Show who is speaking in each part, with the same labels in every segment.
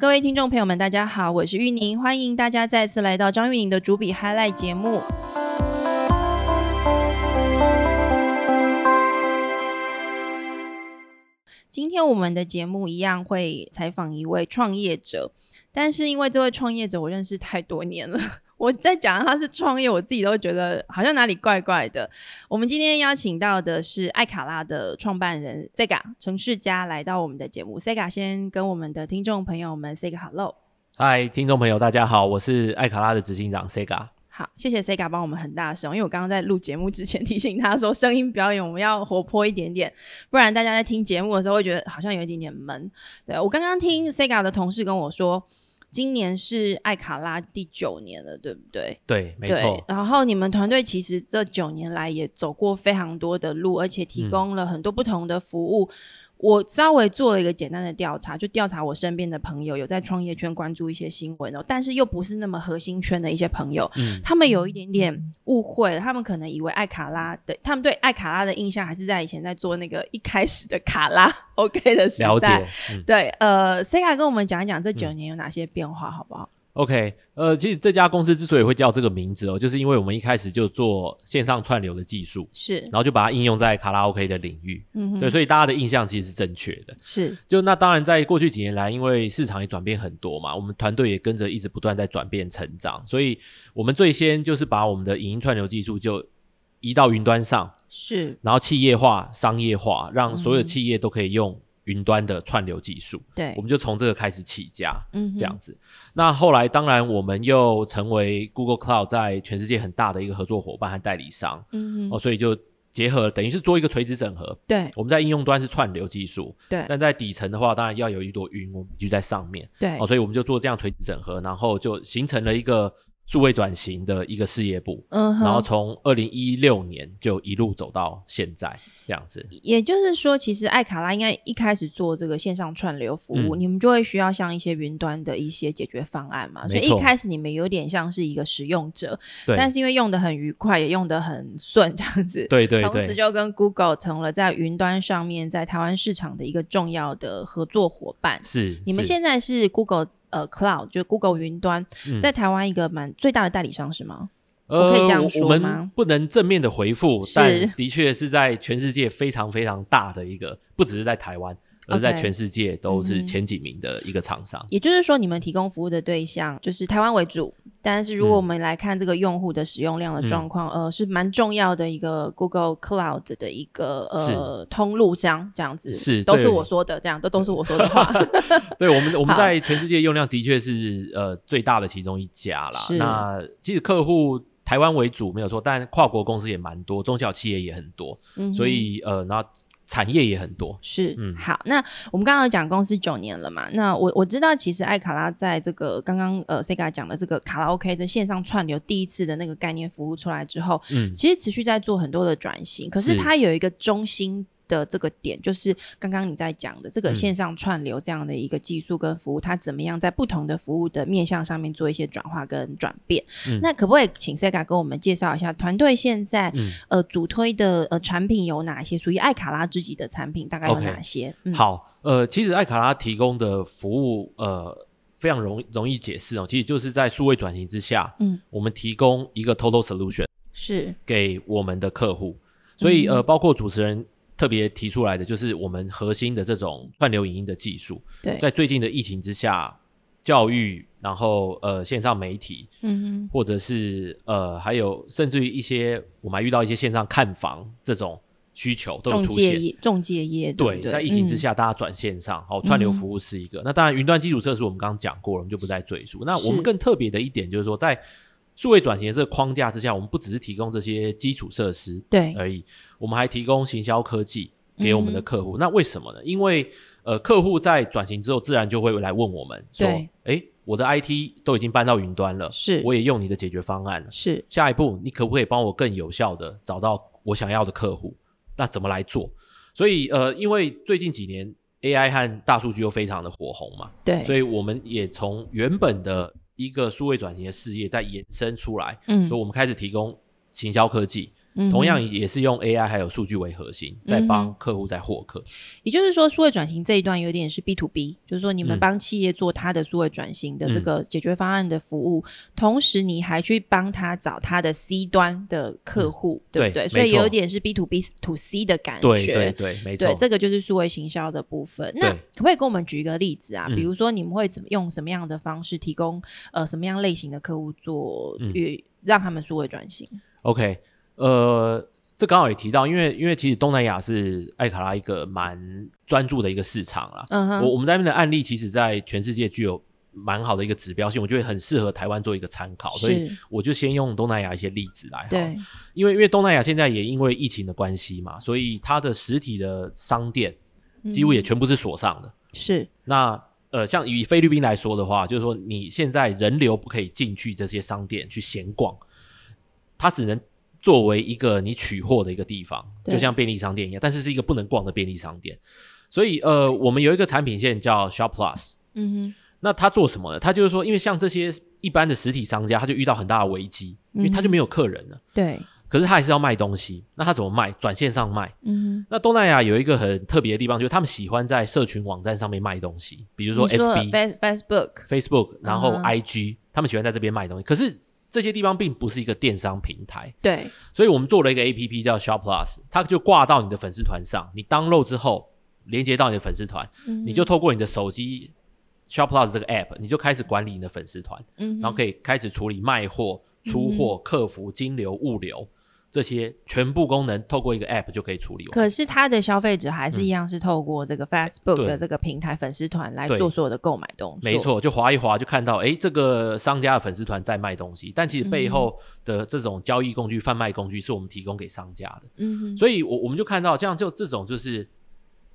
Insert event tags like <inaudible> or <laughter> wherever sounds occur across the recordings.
Speaker 1: 各位听众朋友们，大家好，我是玉宁，欢迎大家再次来到张玉宁的主笔 Highlight 节目。今天我们的节目一样会采访一位创业者，但是因为这位创业者我认识太多年了，我在讲他是创业，我自己都觉得好像哪里怪怪的。我们今天邀请到的是艾卡拉的创办人 Sega 陈世佳来到我们的节目。Sega 先跟我们的听众朋友们 say 个 hello。
Speaker 2: 嗨，听众朋友，大家好，我是艾卡拉的执行长 Sega。
Speaker 1: 好，谢谢 Sega 帮我们很大声，因为我刚刚在录节目之前 <laughs> 提醒他说，声音表演我们要活泼一点点，不然大家在听节目的时候会觉得好像有一点点闷。对我刚刚听 Sega 的同事跟我说，今年是艾卡拉第九年了，对不对？
Speaker 2: 对，没
Speaker 1: 对
Speaker 2: 错，，
Speaker 1: 然后你们团队其实这九年来也走过非常多的路，而且
Speaker 2: 嗯
Speaker 1: 提供了很多不同的服务。我稍微做了一个简单的调查，就调查我身边的朋友有在创业圈关注一些新闻哦，但是又不是那么核心圈的一些朋友，
Speaker 2: 嗯
Speaker 1: 他们有一点点误会了，他们可能以为艾卡拉的，他们对艾卡拉的印象还是在以前在做那个一开始的卡拉 <laughs> OK 的时代。
Speaker 2: 了解。嗯
Speaker 1: 对，呃，Sega 跟我们讲一讲这九年有哪些变化，好不好？
Speaker 2: OK，呃，其实这家公司之所以会叫这个名字哦，就是因为我们一开始就做线上串流的技术，
Speaker 1: 是
Speaker 2: 然，后就把它应用在卡拉 OK 的领域。
Speaker 1: 嗯哼，
Speaker 2: 对，所以大家的印象其实是正确的。
Speaker 1: 是，
Speaker 2: 就那当然，在过去几年来，因为市场也转变很多嘛，我们团队也跟着一直不断在转变成长，所以我们最先就是把我们的影音串流技术就移到云端上，
Speaker 1: 是，
Speaker 2: 然后企业化、商业化，让所有
Speaker 1: 嗯
Speaker 2: 企业都可以用云端的串流技术。
Speaker 1: 对
Speaker 2: 我，们就从这个开始起家，
Speaker 1: 嗯哼
Speaker 2: 这样，子。那后来，当然我们又成为 Google Cloud 在全世界很大的一个合作伙伴和代理商、
Speaker 1: 嗯
Speaker 2: 哦，
Speaker 1: 哼，
Speaker 2: 所以就结合，等于是做一个垂直整合。
Speaker 1: 对
Speaker 2: 我们在应用端是串流技术，
Speaker 1: 对
Speaker 2: 但在底层的话，当然要有一朵云，我们必须在上面
Speaker 1: 对
Speaker 2: 哦，，所以我们就做这样垂直整合，然后就形成了一个数位转型的一个事业部。
Speaker 1: 嗯
Speaker 2: 然后
Speaker 1: 哼。
Speaker 2: 从二零一六年就一路走到现在这样子。
Speaker 1: 也就是说，其实艾卡拉应该一开始做这个线上串流服务，
Speaker 2: 嗯
Speaker 1: 你们就会需要像一些云端的一些解决方案嘛。所以
Speaker 2: 没
Speaker 1: 一
Speaker 2: 错
Speaker 1: 开始你们有点像是一个使用者，
Speaker 2: 对，
Speaker 1: 但是因为用的很愉快，也用的很顺，这样子。
Speaker 2: 对对
Speaker 1: 同时
Speaker 2: 对，
Speaker 1: 就跟 Google 成了在云端上面在台湾市场的一个重要的合作伙伴。
Speaker 2: 是
Speaker 1: 你们
Speaker 2: 是
Speaker 1: 现在是 Google 呃 Cloud，就 Google 云端，
Speaker 2: 嗯
Speaker 1: 在台湾一个蛮最大的代理商是吗？
Speaker 2: 呃
Speaker 1: 我可以这样说
Speaker 2: 我我
Speaker 1: 吗
Speaker 2: 们不能正面的回复，
Speaker 1: 是
Speaker 2: 但的确是在全世界非常非常大的一个，不只是在台湾，而是在
Speaker 1: OK
Speaker 2: 全世界都
Speaker 1: 嗯
Speaker 2: 是
Speaker 1: 哼
Speaker 2: 前几名的一个厂商。
Speaker 1: 也就是说，你们提供服务的对象就是台湾为主，但是如
Speaker 2: 嗯
Speaker 1: 果我们来看这个用户的使用量的状况，呃，是蛮重要的一个 Google Cloud 的一个呃通路商这样子，
Speaker 2: 是
Speaker 1: 都是
Speaker 2: 对
Speaker 1: 我说的，这样都都是我说的
Speaker 2: <laughs>
Speaker 1: 话，
Speaker 2: 对我们，我们
Speaker 1: 好
Speaker 2: 在全世界用量的确是呃最大的其中一家啦
Speaker 1: 是。
Speaker 2: 那其实客户台湾为主没有错，但跨国公司也蛮多，中小企业也很多，
Speaker 1: 嗯哼
Speaker 2: 所以呃，那产业也很多。
Speaker 1: 是，
Speaker 2: 嗯
Speaker 1: 好。那我们刚刚有讲公司九年了嘛？那我我知道，其实艾卡拉在这个刚刚呃 Sega 讲的这个卡拉 OK 的线上串流第一次的那个概念服务出来之后，
Speaker 2: 嗯，
Speaker 1: 其实持续在做很多的转型，可是
Speaker 2: 是
Speaker 1: 它有一个中心。的这个点就是刚刚你在讲的这个
Speaker 2: 嗯
Speaker 1: 线上串流这样的一个技术跟服务，它怎么样在不同的服务的面向上面做一些转化跟转变？
Speaker 2: 嗯
Speaker 1: 那可不可以请 Sega 跟我们介绍一下团队现在、
Speaker 2: 嗯
Speaker 1: 呃主推的呃产品有哪些？属于艾卡拉自己的产品大概有
Speaker 2: OK
Speaker 1: 哪些嗯，
Speaker 2: 好，呃，其实艾卡拉提供的服务，呃，非常容易容易解释哦，其实就是在数位转型之下，
Speaker 1: 嗯，
Speaker 2: 我们提供一个 total solution
Speaker 1: 是
Speaker 2: 给我们的客户，所以、
Speaker 1: 嗯
Speaker 2: 呃，包括主持人特别提出来的，就是我们核心的这种串流影音的技术，
Speaker 1: 对，
Speaker 2: 在最近的疫情之下，教育，然后呃，线上媒体，
Speaker 1: 嗯
Speaker 2: 或者是呃，还有甚至于一些我们还遇到一些线上看房这种需求
Speaker 1: 哼，
Speaker 2: 都有
Speaker 1: 中
Speaker 2: 出
Speaker 1: 介
Speaker 2: 现。
Speaker 1: 业中介业对
Speaker 2: 对
Speaker 1: 不，对，
Speaker 2: 在疫情之
Speaker 1: 嗯
Speaker 2: 下，大家转线上，哦，串流服务是一个。那当然，云端基础设施我们刚刚讲过了，我们就不再赘述。那我
Speaker 1: 是
Speaker 2: 们更特别的一点就是说，在数位转型的这个框架之下，我们不只是提供这些基础设施
Speaker 1: 对
Speaker 2: 而已，我们还提供行销科技给我们的
Speaker 1: 嗯
Speaker 2: 客户。那为什么呢？因为呃，客户在转型之后，自然就会来问我们说
Speaker 1: 对：“
Speaker 2: 诶，我的 IT 都已经搬到云端了，
Speaker 1: 是
Speaker 2: 我也用你的解决方案了，
Speaker 1: 是
Speaker 2: 下一步你可不可以帮我更有效的找到我想要的客户？那怎么来做？所以呃，因为最近几年 AI 和大数据又非常的火红嘛，
Speaker 1: 对，
Speaker 2: 所
Speaker 1: 以
Speaker 2: 以我们也从原本的一个数位转型的事业再延伸出来，
Speaker 1: 嗯
Speaker 2: 所以我们开始提供行销科技，
Speaker 1: 嗯哼嗯
Speaker 2: 同样也是用 AI 还有数据为核心，在帮客户在获客。
Speaker 1: 也就是说，数位转型这一段有点是 B to B，就是说你们
Speaker 2: 嗯
Speaker 1: 帮企业做它的数位转型的这个解决方案的服务，同时你还去帮他找他的 C 端的客户，对不
Speaker 2: 嗯对
Speaker 1: 对？所以
Speaker 2: 没错
Speaker 1: 有点是 B to B to C 的感觉。
Speaker 2: 对对对，没错
Speaker 1: 对，。这个就是数位行销的部分。那
Speaker 2: 对
Speaker 1: 可不可以给我们举一个例子啊？
Speaker 2: 嗯
Speaker 1: 比如说，你们会怎么用什么样的方式提供呃什么样类型的客户做，
Speaker 2: 嗯
Speaker 1: 与让他们数位转型？
Speaker 2: OK，呃，这刚好也提到，因为因为其实东南亚是艾卡拉一个蛮专注的一个市场啦。
Speaker 1: 嗯
Speaker 2: 我
Speaker 1: 哼，
Speaker 2: 我们在那边的案例，其实在全世界具有蛮好的一个指标性，我觉得很适合台湾做一个参考，所以
Speaker 1: 是，
Speaker 2: 我就先用东南亚一些例子来好了。
Speaker 1: 对，
Speaker 2: 因为因为东南亚现在也因为疫情的关系嘛，所以它的实体的商店几乎也全部是锁上的。
Speaker 1: 嗯是，
Speaker 2: 那呃，像以菲律宾来说的话，就是说你现在人流不可以进去这些商店去闲逛，它只能作为一个你取货的一个地方，
Speaker 1: 对
Speaker 2: 就像便利商店一样，但是是一个不能逛的便利商店。所以呃，我们有一个产品线叫 Shop Plus，
Speaker 1: 嗯
Speaker 2: 那它做什么呢？它就是说，因为像这些一般的实体商家，他就遇到很大的危机，因为他
Speaker 1: 嗯
Speaker 2: 就没有客人了，
Speaker 1: 哼，对，
Speaker 2: 可是他还是要卖东西，那他怎么卖？转线上卖。
Speaker 1: 嗯
Speaker 2: 那东南亚有一个很特别的地方，就是他们喜欢在社群网站上面卖东西，比如
Speaker 1: 哼，
Speaker 2: 说
Speaker 1: 你说
Speaker 2: FB、
Speaker 1: Face- Facebook，
Speaker 2: Facebook，然后
Speaker 1: 嗯哼
Speaker 2: IG，、他们喜欢在这边卖东西。可是这些地方并不是一个电商平台，
Speaker 1: 对，
Speaker 2: 所以我们做了一个 APP 叫 Shop Plus，它就挂到你的粉丝团上，你 download 之后连接到你的粉丝团，
Speaker 1: 嗯
Speaker 2: 你就透过你的手机 Shop Plus 这个 app，你就开始管理你的粉丝团，
Speaker 1: 嗯哼，
Speaker 2: 然后可以开始处理卖货、出货、客服、金流、物流。这些全部功能透过一个 App 就可以处理完。
Speaker 1: 可是他的消费者还是一样是透过这个 Facebook
Speaker 2: 嗯对
Speaker 1: 的这个平台粉丝团来
Speaker 2: 对
Speaker 1: 做所有的购买动作，
Speaker 2: 没，错，就划一划就看到，诶，这个商家的粉丝团在卖东西，但其实背后的这种交易工具、贩卖工具是我们提供给商家的，
Speaker 1: 嗯哼，
Speaker 2: 所以我我们就看到，这样就这种就是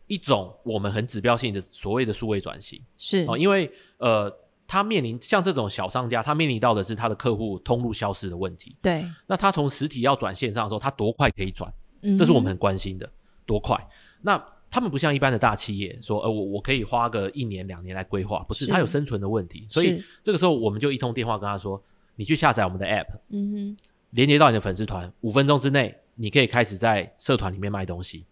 Speaker 2: 一种我们很指标性的所谓的数位转型
Speaker 1: 是
Speaker 2: 哦，因为呃，他面临像这种小商家，他面临到的是他的客户通路消失的问题，
Speaker 1: 对，
Speaker 2: 那他从实体要转线上的时候，他多快可以转？
Speaker 1: 嗯
Speaker 2: 这是我
Speaker 1: 哼
Speaker 2: 们很关心的，多快？那他们不像一般的大企业，说呃我我可以花个一年两年来规划，不是，
Speaker 1: 是
Speaker 2: 它有生存的问题，所以
Speaker 1: 是
Speaker 2: 这个时候我们就一通电话跟他说，你去下载我们的 app，
Speaker 1: 嗯
Speaker 2: 连接到你的粉丝团，五分钟之内你可以开始在社团里面卖东西。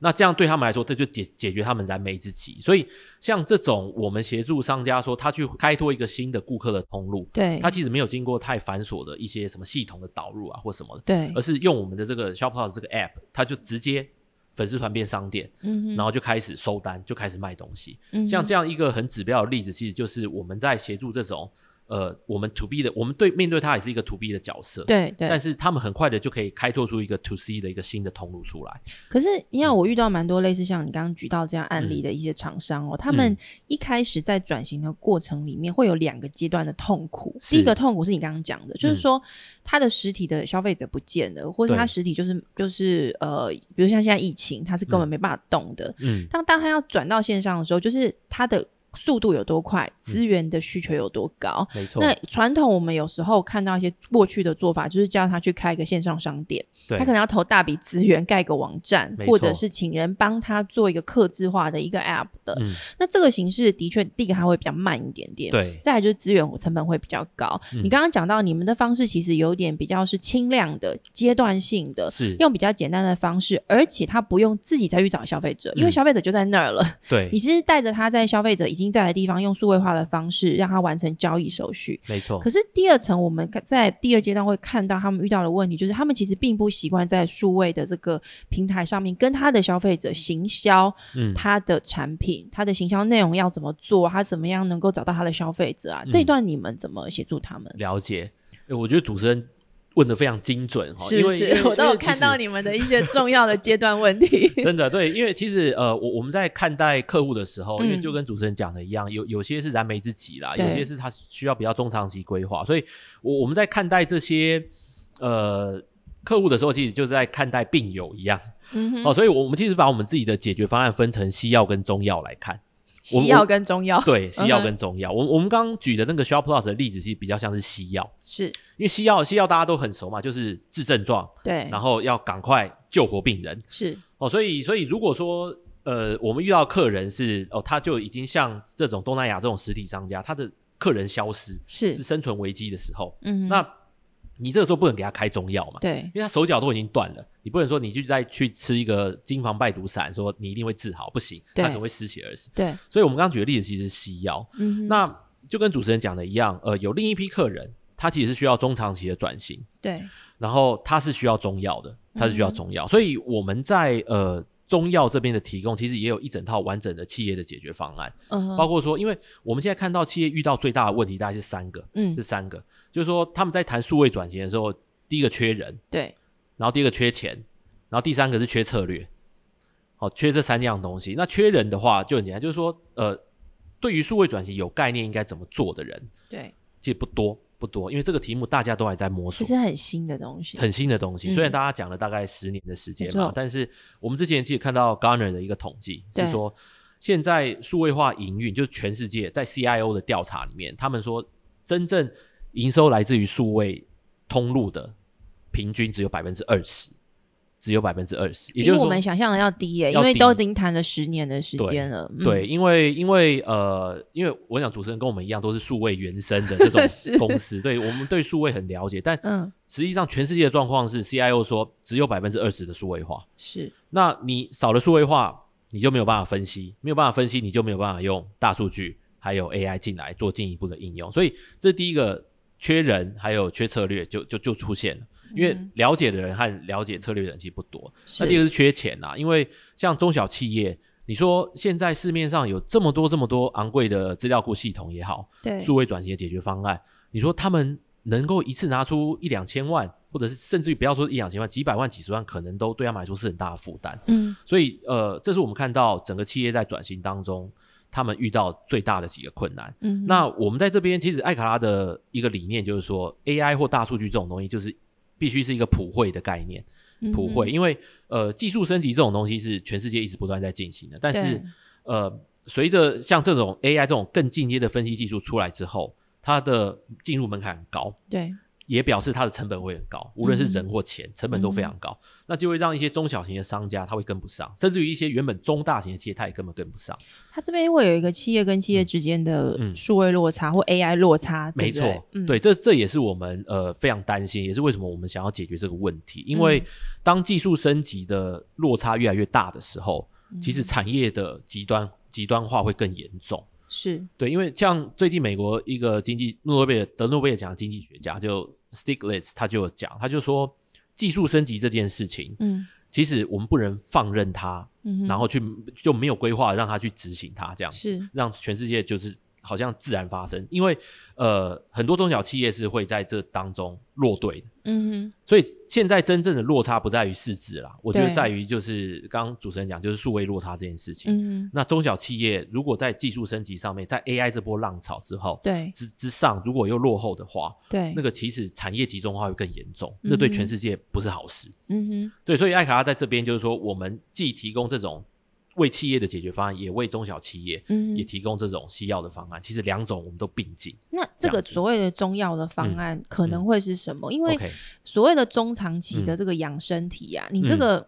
Speaker 2: 那这样对他们来说，这就解解决他们燃眉之急。所以像这种，我们协助商家说他去开拓一个新的顾客的通路
Speaker 1: 哼，，对，
Speaker 2: 他其实没有经过太繁琐的一些什么系统的导入啊或什么的。
Speaker 1: 对
Speaker 2: 而，是用我们的这个 Shophouse 这个 app，它就直接粉丝团变商店，
Speaker 1: 嗯
Speaker 2: 然后就开始收单，就开始卖东西。
Speaker 1: 哼，
Speaker 2: 像
Speaker 1: 嗯
Speaker 2: 这样一个很指标的例子，其实就是我们在协助这种呃，我们 to B 的，我们对面对它也是一个 to B 的角色
Speaker 1: 哼，，对对，
Speaker 2: 但是他们很快的就可以开拓出一个 to C 的一个新的通路出来。
Speaker 1: 可是，你
Speaker 2: 嗯
Speaker 1: 看，我遇到蛮多类似像你刚刚举到这样案例的一些厂商哦，
Speaker 2: 嗯
Speaker 1: 他们一开始在转型的过程里面会有两个阶段的痛苦。
Speaker 2: 是
Speaker 1: 第一个痛苦是你刚刚讲的，就是
Speaker 2: 嗯
Speaker 1: 说他的实体的消费者不见了，或是
Speaker 2: 对
Speaker 1: 他实体就是就是呃，比如像现在疫情，他是根本没办法动的。
Speaker 2: 嗯，
Speaker 1: 当当他要转到线上的时候，就是他的速度有多
Speaker 2: 嗯
Speaker 1: 快，资源的需求有多高。
Speaker 2: 没错，
Speaker 1: 那传统我们有时候看到一些过去的做法，就是叫他去开一个线上商店，
Speaker 2: 对
Speaker 1: 他可能要投大笔资源盖个网站
Speaker 2: 没，错
Speaker 1: 或者是请人帮他做一个客制化的一个 app 的。
Speaker 2: 嗯
Speaker 1: 那这个形式的确，第一个它会比较慢一点点。
Speaker 2: 对
Speaker 1: 再来就是资源成本会比较高。
Speaker 2: 嗯
Speaker 1: 你刚刚讲到你们的方式其实有点比较是轻量的、阶段性的，
Speaker 2: 是，
Speaker 1: 用比较简单的方式，而且他不用自己再去找消费者，因为
Speaker 2: 嗯
Speaker 1: 消费者就在那儿了。
Speaker 2: 对
Speaker 1: 你，是带着他在消费者已经在的地方，用数位化的方式让他完成交易手续。
Speaker 2: 没错
Speaker 1: 可，是第二层，我们看在第二阶段会看到他们遇到的问题，就是他们其实并不习惯在数位的这个平台上面跟他的消费者行销
Speaker 2: 嗯，
Speaker 1: 他的产品、他的行销内容要怎么做，他怎么样能够找到他的消费者
Speaker 2: 嗯
Speaker 1: 啊？这一段你们怎么协助他们？
Speaker 2: 了解。诶我觉得主持人问的非常精准哈，
Speaker 1: 是不
Speaker 2: 因为因
Speaker 1: 是？
Speaker 2: 为
Speaker 1: 我都有
Speaker 2: 因为其
Speaker 1: 看
Speaker 2: 实
Speaker 1: 到你们的一些重要的阶段问题。
Speaker 2: 真的对，因为其实呃，我我们在看待客户的时候，因为
Speaker 1: 嗯
Speaker 2: 就跟主持人讲的一样，有有些是燃眉之急啦，
Speaker 1: 对
Speaker 2: 有些是他需要比较中长期规划，所以我我们在看待这些呃客户的时候，其实就是在看待病友一样、
Speaker 1: <laughs> 嗯哼，
Speaker 2: 哦，所以我们其实把我们自己的解决方案分成西药跟中药来看，我
Speaker 1: 西药跟中药
Speaker 2: 对，西药
Speaker 1: 嗯哼
Speaker 2: 跟中药，我我们刚刚举的那个 Shop Plus 的例子，其实比较像是西药，
Speaker 1: 是
Speaker 2: 因为西药西药大家都很熟嘛，就是治症状，
Speaker 1: 对
Speaker 2: 然，后要赶快救活病人。
Speaker 1: 是
Speaker 2: 哦，所以所以如果说呃，我们遇到客人是哦，他就已经像这种东南亚这种实体商家，他的客人消失
Speaker 1: 是
Speaker 2: 是生存危机的时候，
Speaker 1: 嗯哼
Speaker 2: 那你这个时候不能给他开中药嘛，
Speaker 1: 对
Speaker 2: 因为他手脚都已经断了，你不能说你就再去吃一个金防败毒散，说你一定会治好，不行，他
Speaker 1: 对
Speaker 2: 可能会失血而死。
Speaker 1: 对，
Speaker 2: 所以我们刚刚举的例子其实是西药，
Speaker 1: 嗯哼，
Speaker 2: 那就跟主持人讲的一样，呃，有另一批客人，他其实是需要中长期的转型，
Speaker 1: 对，
Speaker 2: 然后他是需要中药的，
Speaker 1: 嗯
Speaker 2: 他是需要中药，所以我们在呃中药这边的提供，其实也有一整套完整的企业的解决方案，
Speaker 1: 嗯
Speaker 2: 包
Speaker 1: 哼，
Speaker 2: 括说，因为我们现在看到企业遇到最大的问题大概是三个，
Speaker 1: 嗯
Speaker 2: 这，三个就是说他们在谈数位转型的时候，第一个缺人，
Speaker 1: 对，
Speaker 2: 然后第二个缺钱，然后第三个是缺策略，好、缺这三样东西。那缺人的话就很简单，就是说呃，对于数位转型有概念应该怎么做的人，
Speaker 1: 对，
Speaker 2: 其实不多不多，因为这个题目大家都还在摸
Speaker 1: 其
Speaker 2: 索。
Speaker 1: 实很新的东西，
Speaker 2: 很新的东西，
Speaker 1: 嗯
Speaker 2: 虽然大家讲了大概十年的时间
Speaker 1: 没
Speaker 2: 嘛，
Speaker 1: 错
Speaker 2: 但是我们之前其实看到 Gartner 的一个统计
Speaker 1: 对
Speaker 2: 是说，现在数位化营运就是全世界在 CIO 的调查里面，他们说真正营收来自于数位通路的平均只有百分之二十，只有百分之二十，也
Speaker 1: 比
Speaker 2: 就是
Speaker 1: 我
Speaker 2: 说
Speaker 1: 们想象的要低耶，因
Speaker 2: 要
Speaker 1: 为
Speaker 2: 低
Speaker 1: 都已经谈了十年的时
Speaker 2: 对
Speaker 1: 间了，嗯
Speaker 2: 对，，因为因为呃，因为我想主持人跟我们一样都是数位原生的这
Speaker 1: <laughs> 是
Speaker 2: 种公司，对我们对数位很了解，但
Speaker 1: 嗯，
Speaker 2: 实际上全世界的状况是 CIO 说只有百分之二十的数位化，
Speaker 1: 是，
Speaker 2: 那你少了数位化，你就没有办法分析，没有办法分析，你就没有办法用大数据还有 AI 进来做进一步的应用，所以这第一个缺人还有缺策略就就就出现了。因为
Speaker 1: 嗯
Speaker 2: 了解的人和了解策略的人其实不多，
Speaker 1: 是
Speaker 2: 那第二个是缺钱啊啦，因为像中小企业，你说现在市面上有这么多这么多昂贵的资料库系统也好，
Speaker 1: 对，
Speaker 2: 数位转型的解决方案，你说他们能够一次拿出一两千万，或者是甚至于不要说一两千万，几百万、几十万，可能都对他们来说是很大的负担。
Speaker 1: 嗯，
Speaker 2: 所以，呃，这是我们看到整个企业在转型当中，他们遇到最大的几个困难。
Speaker 1: 嗯哼，
Speaker 2: 那我们在这边，其实艾卡拉的一个理念就是说，AI 或大数据这种东西，就是必须是一个普惠的概念。
Speaker 1: 嗯
Speaker 2: 普惠，，因为呃，技术升级这种东西是全世界一直不断在进行的，但是
Speaker 1: 对
Speaker 2: 呃，随着像这种 AI 这种更进阶的分析技术出来之后，它的进入门槛很高，
Speaker 1: 对，
Speaker 2: 也表示它的成本会很高，无论是
Speaker 1: 嗯
Speaker 2: 人或钱，成本都非常高，那就会让一些中小型的商家他会跟不上，甚至于一些原本中大型的企业他也根本跟不上。
Speaker 1: 它这边会有一个企业跟企业之间
Speaker 2: 嗯嗯
Speaker 1: 的数位落差或 AI 落差，对
Speaker 2: 没
Speaker 1: 不
Speaker 2: 错
Speaker 1: 对，嗯，
Speaker 2: 对，这这也是我们呃非常担心，也是为什么我们想要解决这个问题。因
Speaker 1: 嗯
Speaker 2: 为当技术升级的落差越来越大的时候，
Speaker 1: 嗯
Speaker 2: 其实产业的极端极端化会更严重。
Speaker 1: 是，
Speaker 2: 对，因为像最近美国一个经济诺贝尔得诺贝尔奖的经济学家就 Stiglitz，他就有讲，他就说技术升级这件事情，
Speaker 1: 嗯
Speaker 2: 其实我们不能放任它，
Speaker 1: 嗯哼，
Speaker 2: 然后去就没有规划让它去执行它这样子。
Speaker 1: 是，
Speaker 2: 让全世界就是好像自然发生，因为呃很多中小企业是会在这当中落队的，
Speaker 1: 嗯
Speaker 2: 所以现在真正的落差不在于市值啦，我觉得
Speaker 1: 对
Speaker 2: 在于就是刚刚主持人讲就是数位落差这件事
Speaker 1: 哼，
Speaker 2: 情。
Speaker 1: 嗯哼，
Speaker 2: 那中小企业如果在技术升级上面，在 AI 这波浪潮之后
Speaker 1: 对
Speaker 2: 之之上，如果又落后的话，
Speaker 1: 对，
Speaker 2: 那
Speaker 1: 个，
Speaker 2: 个其实产业集中化会更严重，那对全世界不是好事。
Speaker 1: 嗯
Speaker 2: 对，所以艾卡拉在这边就是说，我们既提供这种为企业的解决方案，也为中小企业
Speaker 1: 哼，嗯
Speaker 2: 也
Speaker 1: 哼，
Speaker 2: 提供这种西药的方案。其实两种我们都并进。
Speaker 1: 那这
Speaker 2: 这
Speaker 1: 个
Speaker 2: 样子
Speaker 1: 所谓的中药的方
Speaker 2: 嗯
Speaker 1: 案可能会是什么？因为
Speaker 2: OK，
Speaker 1: 所谓的中长期
Speaker 2: 嗯
Speaker 1: 的这个养生体啊，你这个。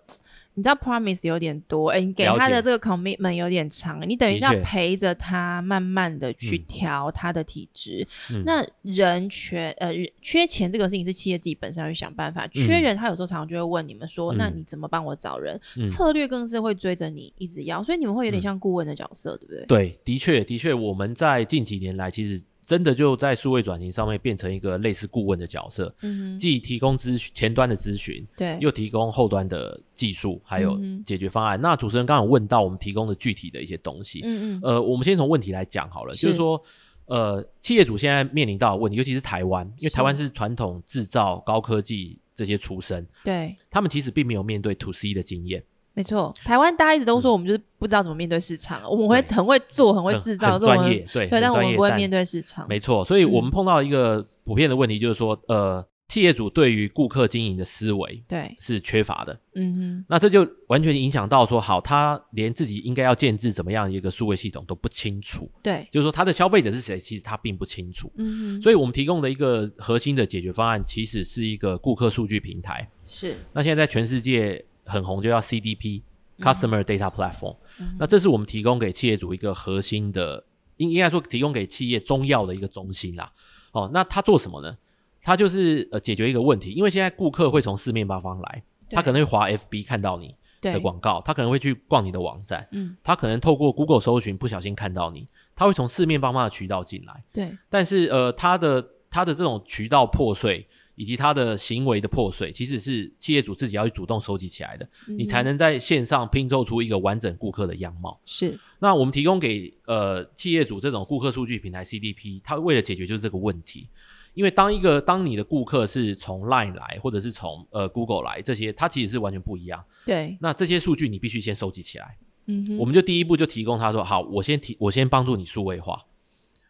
Speaker 1: 你知道 promise 有点多，哎、你给
Speaker 2: 了解
Speaker 1: 他的这个 commitment 有点长，你等于
Speaker 2: 的
Speaker 1: 是要
Speaker 2: 确
Speaker 1: 陪着他慢慢的去
Speaker 2: 嗯
Speaker 1: 调他的体质。
Speaker 2: 嗯
Speaker 1: 那人缺呃人缺钱这个事情是企业自己本身要去想办法，缺人他有时候常常就会问你们说，
Speaker 2: 嗯
Speaker 1: 那你怎么帮我找人？
Speaker 2: 嗯
Speaker 1: 策略更是会追着你一直要，所以你们会有点像顾问的角色，对不对？
Speaker 2: 对，的确，的确，我们在近几年来，其实真的就在数位转型上面变成一个类似顾问的角色，
Speaker 1: 嗯哼，
Speaker 2: 既提供咨询前端的咨询，
Speaker 1: 对，
Speaker 2: 又提供后端的技术还有
Speaker 1: 嗯哼
Speaker 2: 解决方案。那主持人刚刚有问到我们提供的具体的一些东西，
Speaker 1: 嗯嗯，
Speaker 2: 呃，我们先从问题来讲好了，就是
Speaker 1: 是
Speaker 2: 说。呃，企业主现在面临到的问题，尤其是台湾，因为
Speaker 1: 是
Speaker 2: 台湾是传统制造、高科技这些出身，
Speaker 1: 对，
Speaker 2: 他们其实并没有面对 to C 的经验，
Speaker 1: 没错，台湾大家一直都说我们就是不知道怎么面对市场，我们会
Speaker 2: 嗯对
Speaker 1: 很会做，很会
Speaker 2: 很
Speaker 1: 制造，
Speaker 2: 很
Speaker 1: 但我
Speaker 2: 专
Speaker 1: 们
Speaker 2: 业，对，
Speaker 1: 对，
Speaker 2: 很
Speaker 1: 但我
Speaker 2: 专
Speaker 1: 们
Speaker 2: 业，
Speaker 1: 不会
Speaker 2: 但
Speaker 1: 面对市场。
Speaker 2: 没错，所以我
Speaker 1: 嗯
Speaker 2: 们碰到一个普遍的问题，就是说，呃，企业主对于顾客经营的思维
Speaker 1: 对，
Speaker 2: 是缺乏的，
Speaker 1: 嗯
Speaker 2: 那这就完全影响到说，好，他连自己应该要建制怎么样一个数位系统都不清楚，
Speaker 1: 哼，对，
Speaker 2: 就是说他的消费者是谁，其实他并不清楚。
Speaker 1: 嗯哼，
Speaker 2: 所以我们提供的一个核心的解决方案，其实是一个顾客数据平台。
Speaker 1: 是，
Speaker 2: 那现在在全世界很红，就叫 CDP（Customer Data Platform）。
Speaker 1: 嗯哼
Speaker 2: 那这是我们提供给企业主一个核心的，应应该说提供给企业中药的一个中心啦。哦，那它做什么呢？它就是呃解决一个问题，因为现在顾客会从四面八方来，
Speaker 1: 对
Speaker 2: 他可能会滑 FB 看到你
Speaker 1: 对
Speaker 2: 的，广告，他可能会去逛你的网站，
Speaker 1: 嗯，
Speaker 2: 他可能透过 Google 搜寻不小心看到你，他会从四面八方的渠道进来。
Speaker 1: 对，
Speaker 2: 但是呃，他的他的这种渠道破碎，以及他的行为的破碎，其实是企业主自己要去主动收集起来的，你才
Speaker 1: 嗯
Speaker 2: 能在线上拼凑出一个完整顾客的样貌。
Speaker 1: 是
Speaker 2: 那我们提供给呃企业主这种顾客数据平台 CDP，它为了解决就是这个问题。因为当一个当你的顾客是从 Line 来，或者是从呃 Google 来，这些它其实是完全不一样。
Speaker 1: 对，
Speaker 2: 那这些数据你必须先收集起来。
Speaker 1: 嗯哼，
Speaker 2: 我们就第一步就提供他说，好，我先提，我先帮助你数位化，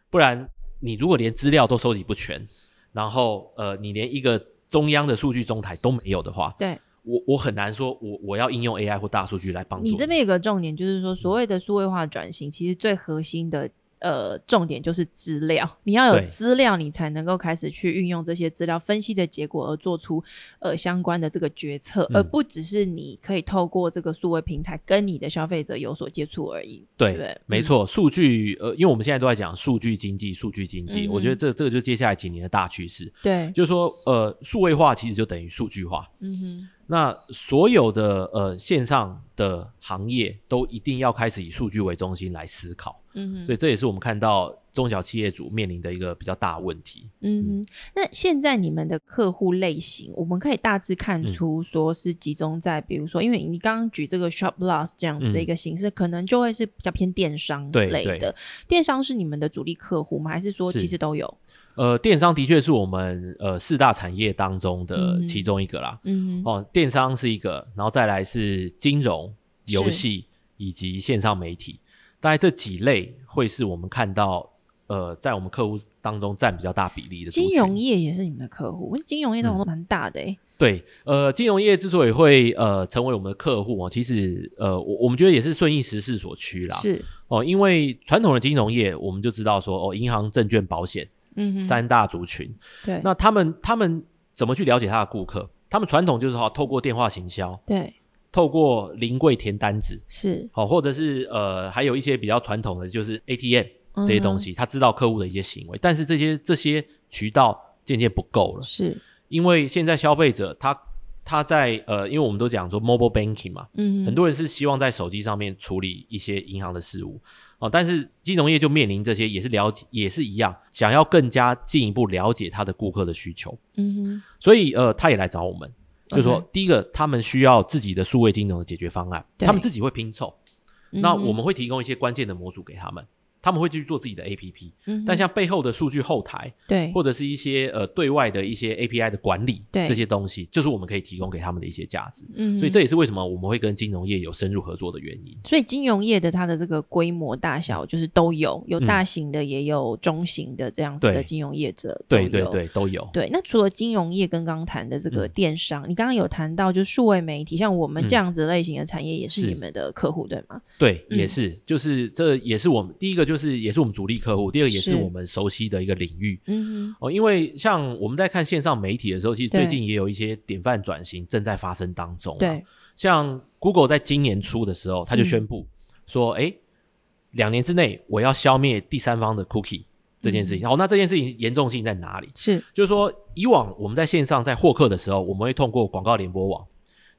Speaker 2: 不然你如果连资料都收集不全，然后呃，你连一个中央的数据中台都没有的话，
Speaker 1: 对
Speaker 2: 我我很难说我我要应用 AI 或大数据来帮助
Speaker 1: 你这边有个重点，就是说所谓的数位化转型，其实最核心的。呃，重点就是资料，你要有
Speaker 2: 对
Speaker 1: 资料，你才能够开始去运用这些资料分析的结果，而做出呃相关的这个决策，
Speaker 2: 嗯
Speaker 1: 而不只是你可以透过这个数位平台跟你的消费者有所接触而已。对嗯
Speaker 2: 对，
Speaker 1: 不对
Speaker 2: 没错，数据呃，因为我们现在都在讲数据经济，数据经济，
Speaker 1: 嗯
Speaker 2: 我觉得这这个就是接下来几年的大趋势，
Speaker 1: 对，
Speaker 2: 就是说呃，数位化其实就等于数据化，
Speaker 1: 嗯哼，
Speaker 2: 那所有的呃线上的行业都一定要开始以数据为中心来思考。
Speaker 1: 嗯哼，
Speaker 2: 所以这也是我们看到中小企业主面临的一个比较大的问题。
Speaker 1: 嗯哼，那现在你们的客户类型，我们可以大致
Speaker 2: 嗯
Speaker 1: 看出说是集中在，比如说，因为你刚刚举这个 shop loss 这样子的一个形式，可能就会是比较偏电商
Speaker 2: 嗯对
Speaker 1: 类的
Speaker 2: 对。
Speaker 1: 电商是你们的主力客户吗？还是说
Speaker 2: 是
Speaker 1: 其实都有？
Speaker 2: 呃，电商的确是我们呃四大产业当中的
Speaker 1: 嗯
Speaker 2: 其中一个啦。
Speaker 1: 嗯哼，
Speaker 2: 哦，电商是一个，然后再来是金融、
Speaker 1: 是
Speaker 2: 游戏以及线上媒体，大概这几类会是我们看到呃在我们客户当中占比较大比例的族群。嗯
Speaker 1: 金融业也是你们的客户，金融业那种都蛮大的欸诶。
Speaker 2: 对，呃，金融业之所以会呃成为我们的客户哦，其实呃我我们觉得也是顺应时势所趋啦。
Speaker 1: 是，
Speaker 2: 哦，因为传统的金融业我们就知道说哦，银行、证券、保险。
Speaker 1: 嗯哼，
Speaker 2: 三大族群。
Speaker 1: 对，
Speaker 2: 那他们他们怎么去了解他的顾客？他们传统就是哈，透过电话行销，
Speaker 1: 对
Speaker 2: 透过临柜填单子，
Speaker 1: 是
Speaker 2: 好，或者是呃，还有一些比较传统的，就是 ATM
Speaker 1: 嗯
Speaker 2: 这些东西，他知道客户的一些行为，但是这些这些渠道渐渐不够了，
Speaker 1: 是，
Speaker 2: 因为现在消费者他他在呃，因为我们都讲说 mobile banking 嘛，
Speaker 1: 嗯哼，
Speaker 2: 很多人是希望在手机上面处理一些银行的事务哦，但是金融业就面临这些，也是了解，也是一样，想要更加进一步了解他的顾客的需求，
Speaker 1: 嗯
Speaker 2: 所以呃，他也来找我们，就说
Speaker 1: OK
Speaker 2: 第一个，他们需要自己的数位金融的解决方案，
Speaker 1: 对嗯
Speaker 2: 他们自己会拼凑，
Speaker 1: 哼，
Speaker 2: 那我们会提供一些关键的模组给他们，他们会去做自己的 APP，、
Speaker 1: 嗯哼，
Speaker 2: 但像背后的数据后台
Speaker 1: 对
Speaker 2: 或者是一些呃对外的一些 API 的管理，
Speaker 1: 对
Speaker 2: 这些东西，就是我们可以提供给他们的一些价值。
Speaker 1: 嗯哼
Speaker 2: 所以这也是为什么我们会跟金融业有深入合作的原因。
Speaker 1: 所以金融业的它的这个规模大小就是都有，有大型的，也有中型的这样子的
Speaker 2: 嗯对
Speaker 1: 金融业者都
Speaker 2: 对
Speaker 1: 有。
Speaker 2: 对对，都有。
Speaker 1: 对，那除了金融业跟刚刚谈的这个
Speaker 2: 嗯
Speaker 1: 电商，你刚刚有谈到就是数位媒体，像我们
Speaker 2: 嗯
Speaker 1: 这样子类型的产业也是
Speaker 2: 是
Speaker 1: 你们的客户对吗？
Speaker 2: 对，
Speaker 1: 嗯
Speaker 2: 也是，就是这也是我们第一个，就是也是我们主力客户，第二个也
Speaker 1: 是
Speaker 2: 是我们熟悉的一个领域
Speaker 1: 嗯
Speaker 2: 哦。因为像我们在看线上媒体的时候，其实最
Speaker 1: 对
Speaker 2: 近也有一些典范转型正在发生当中、
Speaker 1: 哼，，
Speaker 2: 啊
Speaker 1: 对，嗯
Speaker 2: 像 Google 在今年初的时候，他就宣布说，哎、两年之内我要消灭第三方的 cookie 这件事
Speaker 1: 嗯
Speaker 2: 情。好，那这件事情严重性在哪里？
Speaker 1: 是
Speaker 2: 就是说，以往我们在线上在获客的时候，我们会通过广告联播网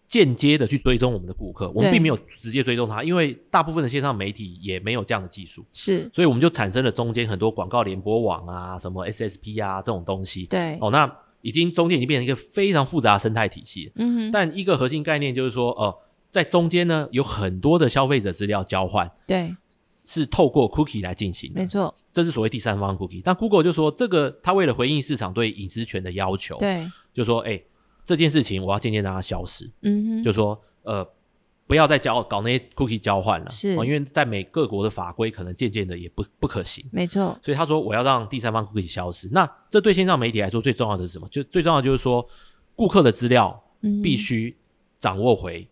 Speaker 2: 间接的去追踪我们的顾客，我们
Speaker 1: 对
Speaker 2: 并没有直接追踪他，因为大部分的线上媒体也没有这样的技术，
Speaker 1: 是，
Speaker 2: 所以我们就产生了中间很多广告联播网啊、什么 SSP 啊这种东西。
Speaker 1: 对，
Speaker 2: 哦，那已经中间已经变成一个非常复杂的生态体系了。
Speaker 1: 嗯哼，
Speaker 2: 但一个核心概念就是说，呃，在中间呢有很多的消费者资料交换
Speaker 1: 对，
Speaker 2: 是透过 cookie 来进行的
Speaker 1: 没，错，
Speaker 2: 这是所谓第三方 cookie。但 Google 就说，这个它为了回应市场对隐私权的要求，
Speaker 1: 对，
Speaker 2: 就说：“哎、这件事情我要渐渐让它消失。
Speaker 1: 嗯哼，
Speaker 2: 就说呃，不要再交搞那些 cookie 交换了，
Speaker 1: 是
Speaker 2: 哦因为在每各国的法规可能渐渐的也不不可行。
Speaker 1: 没错，
Speaker 2: 所以他说我要让第三方 cookie 消失。那这对线上媒体来说最重要的是什么？就最重要的就是说，顾客的资料
Speaker 1: 嗯哼
Speaker 2: 必须掌握回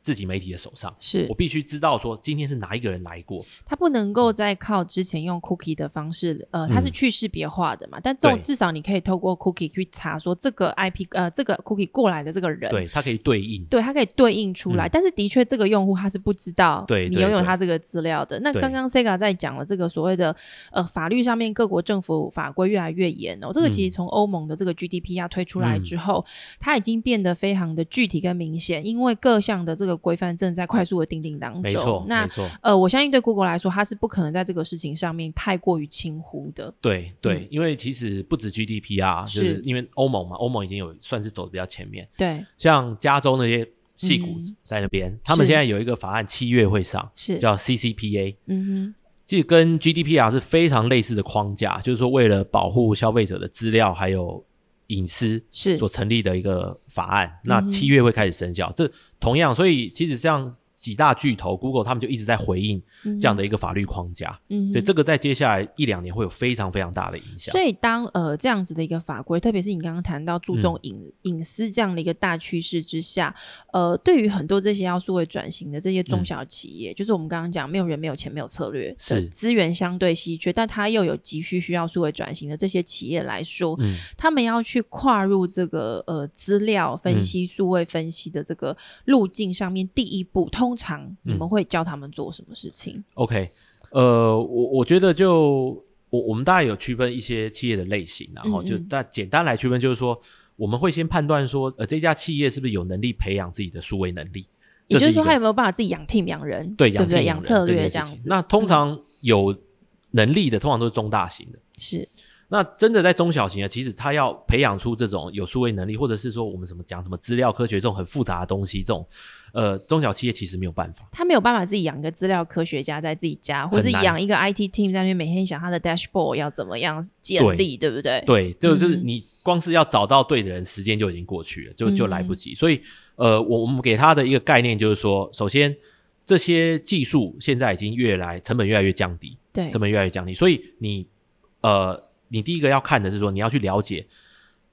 Speaker 2: 自己媒体的手上。
Speaker 1: 是
Speaker 2: 我必须知道说今天是哪一个人来过，
Speaker 1: 它不能够再靠之前用 cookie 的方式，呃，它是
Speaker 2: 嗯
Speaker 1: 去识别化的嘛，但这种
Speaker 2: 对
Speaker 1: 至少你可以透过 cookie 去查说这个 IP，呃，这个 cookie 过来的这个人，
Speaker 2: 对他可以对应。
Speaker 1: 对，它可以对应出来，
Speaker 2: 嗯
Speaker 1: 但是的确，这个用户他是不知道
Speaker 2: 对
Speaker 1: 你
Speaker 2: 对
Speaker 1: 拥有
Speaker 2: 对
Speaker 1: 他这个资料的。那
Speaker 2: 对
Speaker 1: 刚刚 Sega 在讲了这个所谓的呃法律上面，各国政府法规越来越严哦。这个其实
Speaker 2: 嗯
Speaker 1: 从欧盟的这个 GDPR 推出来
Speaker 2: 嗯
Speaker 1: 之后，它已经变得非常的具体跟明显，因为各项的这个规范正在快速的定定当中。
Speaker 2: 没错，
Speaker 1: 那
Speaker 2: 没错，
Speaker 1: 呃，我相信对 Google 来说，它是不可能在这个事情上面太过于轻忽的。
Speaker 2: 对对，
Speaker 1: 嗯
Speaker 2: 因为其实不止 GDPR，就是啊是因为欧盟嘛，欧盟已经有算是走的比较前面，
Speaker 1: 对，
Speaker 2: 像加州那些戏骨
Speaker 1: 嗯
Speaker 2: 在那边，他们
Speaker 1: 是
Speaker 2: 现在有一个法案七月会上，
Speaker 1: 是，
Speaker 2: 叫 CCPA，
Speaker 1: 嗯
Speaker 2: 其实跟 GDPR 是非常类似的框架，就是说为了保护消费者的资料还有隐私
Speaker 1: 哼，是
Speaker 2: 所成立的一个法案。那
Speaker 1: 嗯哼
Speaker 2: 七月会开始生效，这同样，所以其实像几大巨头 Google 他们就一直在回应这样的，一个法律框架，
Speaker 1: 嗯嗯哼嗯
Speaker 2: 所以
Speaker 1: 哼
Speaker 2: 这个在接下来一两年会有非常非常大的影响
Speaker 1: 所。以当呃这样子的一个法规，特别是你刚刚谈到注
Speaker 2: 嗯
Speaker 1: 重隐、隐私这样的一个大趋势之下，呃，对于很多这些要数位转型的这些中
Speaker 2: 嗯
Speaker 1: 小企业，就是我们刚刚讲没有人没有钱没有策略，
Speaker 2: 是
Speaker 1: 资源相对稀缺，但它又有急需需要数位转型的这些企业来说，
Speaker 2: 嗯，
Speaker 1: 他们要去跨入这个呃资料分
Speaker 2: 嗯
Speaker 1: 析、数位分析的这个路径上面，第一步，通常你
Speaker 2: 嗯
Speaker 1: 们会教他们做什么事情？
Speaker 2: OK，呃，我我觉得就我我们大概有区分一些企业的类型啊，然后
Speaker 1: 嗯
Speaker 2: 就
Speaker 1: 嗯
Speaker 2: 但简单来区分，就是说我们会先判断说，呃，这家企业是不是有能力培养自己的数位能力，
Speaker 1: 也就是
Speaker 2: 这是一
Speaker 1: 说，
Speaker 2: 个
Speaker 1: 他有没有办法自己养 team 养人，
Speaker 2: 对，
Speaker 1: 对不
Speaker 2: 养
Speaker 1: 对？
Speaker 2: 聘
Speaker 1: 养
Speaker 2: 养
Speaker 1: 策
Speaker 2: 人这
Speaker 1: 略
Speaker 2: 件
Speaker 1: 这
Speaker 2: 事
Speaker 1: 样
Speaker 2: 情
Speaker 1: 子。嗯
Speaker 2: 那通常有能力的，通常都是中大型的。
Speaker 1: 是
Speaker 2: 那真的在中小型的，其实他要培养出这种有数位能力，或者是说我们什么讲什么资料科学这种很复杂的东西，这种呃中小企业其实没有办法。
Speaker 1: 他没有办法自己养个资料科学家在自己家，或是
Speaker 2: 很难
Speaker 1: 养一个 IT team 在那边每天想他的 dashboard 要怎么样建立，对不对？
Speaker 2: 对，就是
Speaker 1: 嗯
Speaker 2: 你光是要找到对的人，时间就已经过去了，就就
Speaker 1: 嗯
Speaker 2: 来不及。所以，呃，我我们给他的一个概念就是说，首先这些技术现在已经越来成本越来越降低，
Speaker 1: 对
Speaker 2: 成本越来越降低。所以你呃，你第一个要看的是说，你要去了解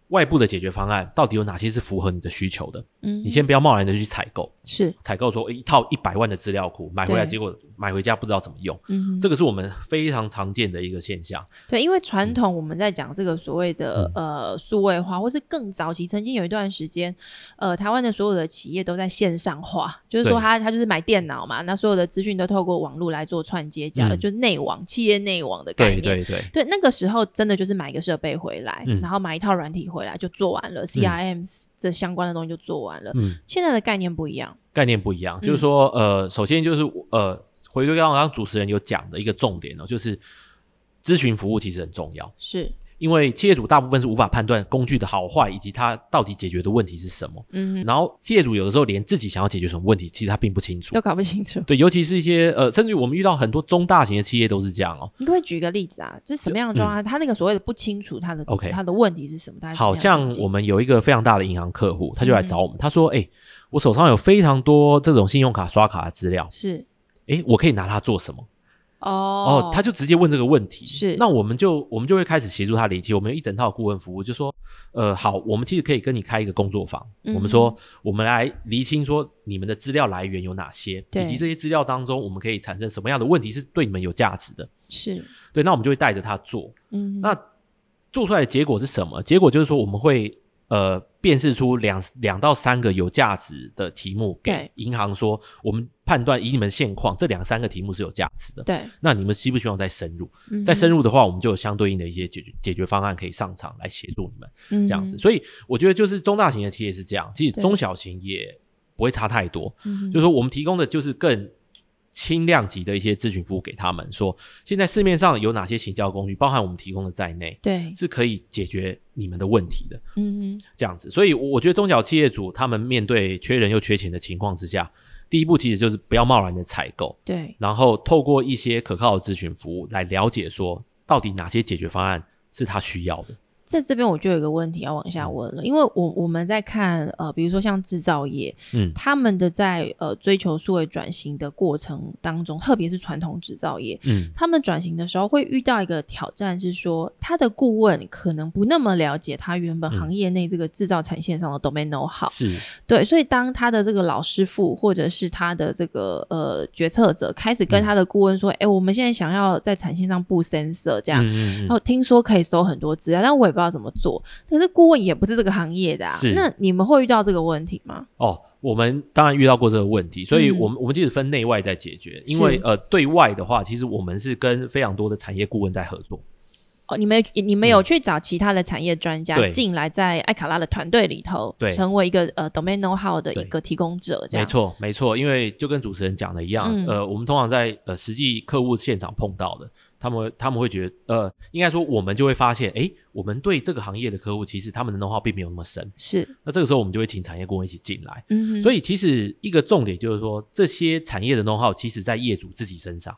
Speaker 2: 外部的解决方案到底有哪些是符合你的需求的。
Speaker 1: 嗯
Speaker 2: 你先不要贸然的去采购，
Speaker 1: 是，
Speaker 2: 采购说诶一套一百万的资料库买回来，
Speaker 1: 对
Speaker 2: 结果买回家不知道怎么用，
Speaker 1: 嗯哼，
Speaker 2: 这个是我们非常常见的一个现象。
Speaker 1: 对，因为传统我们在讲这个所谓的、
Speaker 2: 嗯
Speaker 1: 呃数位化，或是更早期，曾经有一段时间，呃，台湾的所有的企业都在线上化，就是说
Speaker 2: 对
Speaker 1: 他他就是买电脑嘛，那所有的资讯都透过网络来做串接，加、
Speaker 2: 嗯
Speaker 1: 就是内网企业内网的概
Speaker 2: 对
Speaker 1: 念。
Speaker 2: 对对，
Speaker 1: 对，那个时候真的就是买一个设备回来，
Speaker 2: 嗯
Speaker 1: 然后买一套软体回来就做完了，CRM 这相关的东西就做完了。
Speaker 2: 嗯。
Speaker 1: 现在的概念不一样，
Speaker 2: 概念不一样，
Speaker 1: 嗯
Speaker 2: 就是说，呃，首先就是呃，回归刚刚主持人有讲的一个重点哦，就是咨询服务其实很重要，
Speaker 1: 是，
Speaker 2: 因为企业主大部分是无法判断工具的好坏以及它到底解决的问题是什么，
Speaker 1: 嗯哼，
Speaker 2: 然后企业主有的时候连自己想要解决什么问题，其实他并不清楚
Speaker 1: 都。搞不清
Speaker 2: <laughs>
Speaker 1: 楚。
Speaker 2: 对，尤其是一些呃，甚至于我们遇到很多中大型的企业都是这样哦，
Speaker 1: 你可不可以举个例子啊？这是什么样的状况？他那个所谓的不清楚，他的
Speaker 2: 嗯 OK
Speaker 1: 他的问题是什么？大概是
Speaker 2: 好
Speaker 1: 什么样的
Speaker 2: 像
Speaker 1: 情境
Speaker 2: 我们有一个非常大的银行客户，他就来找
Speaker 1: 嗯
Speaker 2: 我们，他说：“哎、我手上有非常多这种信用卡刷卡的资料，
Speaker 1: 是
Speaker 2: 哎、我可以拿它做什么？”
Speaker 1: 哦
Speaker 2: 哦，他就直接问这个问题，
Speaker 1: 是
Speaker 2: 那我们就我们就会开始协助他理清，我们有一整套顾问服务，就说，呃，好，我们其实可以跟你开一个工作坊，
Speaker 1: 嗯哼
Speaker 2: 我们说我们来厘清说你们的资料来源有哪些，
Speaker 1: 对
Speaker 2: 以及这些资料当中我们可以产生什么样的问题是对你们有价值的，
Speaker 1: 是
Speaker 2: 对，那我们就会带着他做，
Speaker 1: 嗯哼，
Speaker 2: 那做出来的结果是什么？结果就是说我们会呃辨识出两两到三个有价值的题目给
Speaker 1: 对
Speaker 2: 银行说，我们判断以你们现况这两三个题目是有价值的，
Speaker 1: 对，
Speaker 2: 那你们希不希望再深入？
Speaker 1: 嗯
Speaker 2: 再
Speaker 1: 哼
Speaker 2: 深入的话，我们就有相对应的一些解决解决方案可以上场来协助你们
Speaker 1: 嗯
Speaker 2: 这样子。
Speaker 1: 哼，
Speaker 2: 所以我觉得就是中大型的企业是这样，其实
Speaker 1: 对
Speaker 2: 中小型也不会差太多，
Speaker 1: 嗯哼
Speaker 2: 就是说我们提供的就是更。轻量级的一些咨询服务给他们，说现在市面上有哪些行销工具，包含我们提供的在内，
Speaker 1: 对，
Speaker 2: 是可以解决你们的问题的。
Speaker 1: 嗯哼，
Speaker 2: 这样子，所以我我觉得中小企业主他们面对缺人又缺钱的情况之下，第一步其实就是不要贸然的采购，
Speaker 1: 对，
Speaker 2: 然后透过一些可靠的咨询服务来了解说，到底哪些解决方案是他需要的。
Speaker 1: 在这边我就有一个问题要往
Speaker 2: 嗯
Speaker 1: 下问了，因为我我们在看呃，比如说像制造业，
Speaker 2: 嗯
Speaker 1: 他们的在呃追求数位转型的过程当中，特别是传统制造业，
Speaker 2: 嗯
Speaker 1: 他们转型的时候会遇到一个挑战，是说他的顾问可能不那么了解他原本
Speaker 2: 嗯
Speaker 1: 行业内这个制造产线上的 domain know how，
Speaker 2: 是
Speaker 1: 对，所以当他的这个老师傅或者是他的这个呃决策者开始
Speaker 2: 嗯
Speaker 1: 跟他的顾问说：“哎、我们现在想要在产线上布 sensor 这样。
Speaker 2: 嗯嗯
Speaker 1: 然
Speaker 2: 嗯
Speaker 1: 后哦听说可以收很多资料，但我也不知道怎么做。可是顾问也不是这个行业的啊
Speaker 2: 是，
Speaker 1: 那你们会遇到这个问题吗？
Speaker 2: 哦，我们当然遇到过这个问题，所以
Speaker 1: 嗯
Speaker 2: 我们、我们即使分内外在解决，因
Speaker 1: 是
Speaker 2: 为呃对外的话，其实我们是跟非常多的产业顾问在合作。
Speaker 1: 哦，你们你们有去找其他的产业专家
Speaker 2: 嗯对
Speaker 1: 进来，在艾卡拉的团队里头，
Speaker 2: 对
Speaker 1: 成为一个呃 domain know how 的
Speaker 2: 对
Speaker 1: 一个提供者，这
Speaker 2: 没
Speaker 1: 样
Speaker 2: 错，没错，因为就跟主持人讲的一样，
Speaker 1: 嗯
Speaker 2: 呃，我们通常在呃实际客户现场碰到的，他们他们会觉得，呃，应该说我们就会发现，诶，我们对这个行业的客户其实他们的 know how 并没有那么深，
Speaker 1: 是，
Speaker 2: 那这个时候我们就会请产业顾问一起进来。
Speaker 1: 嗯哼，
Speaker 2: 所
Speaker 1: 以
Speaker 2: 以其实一个重点就是说，这些产业的 know how 其实在业主自己身上，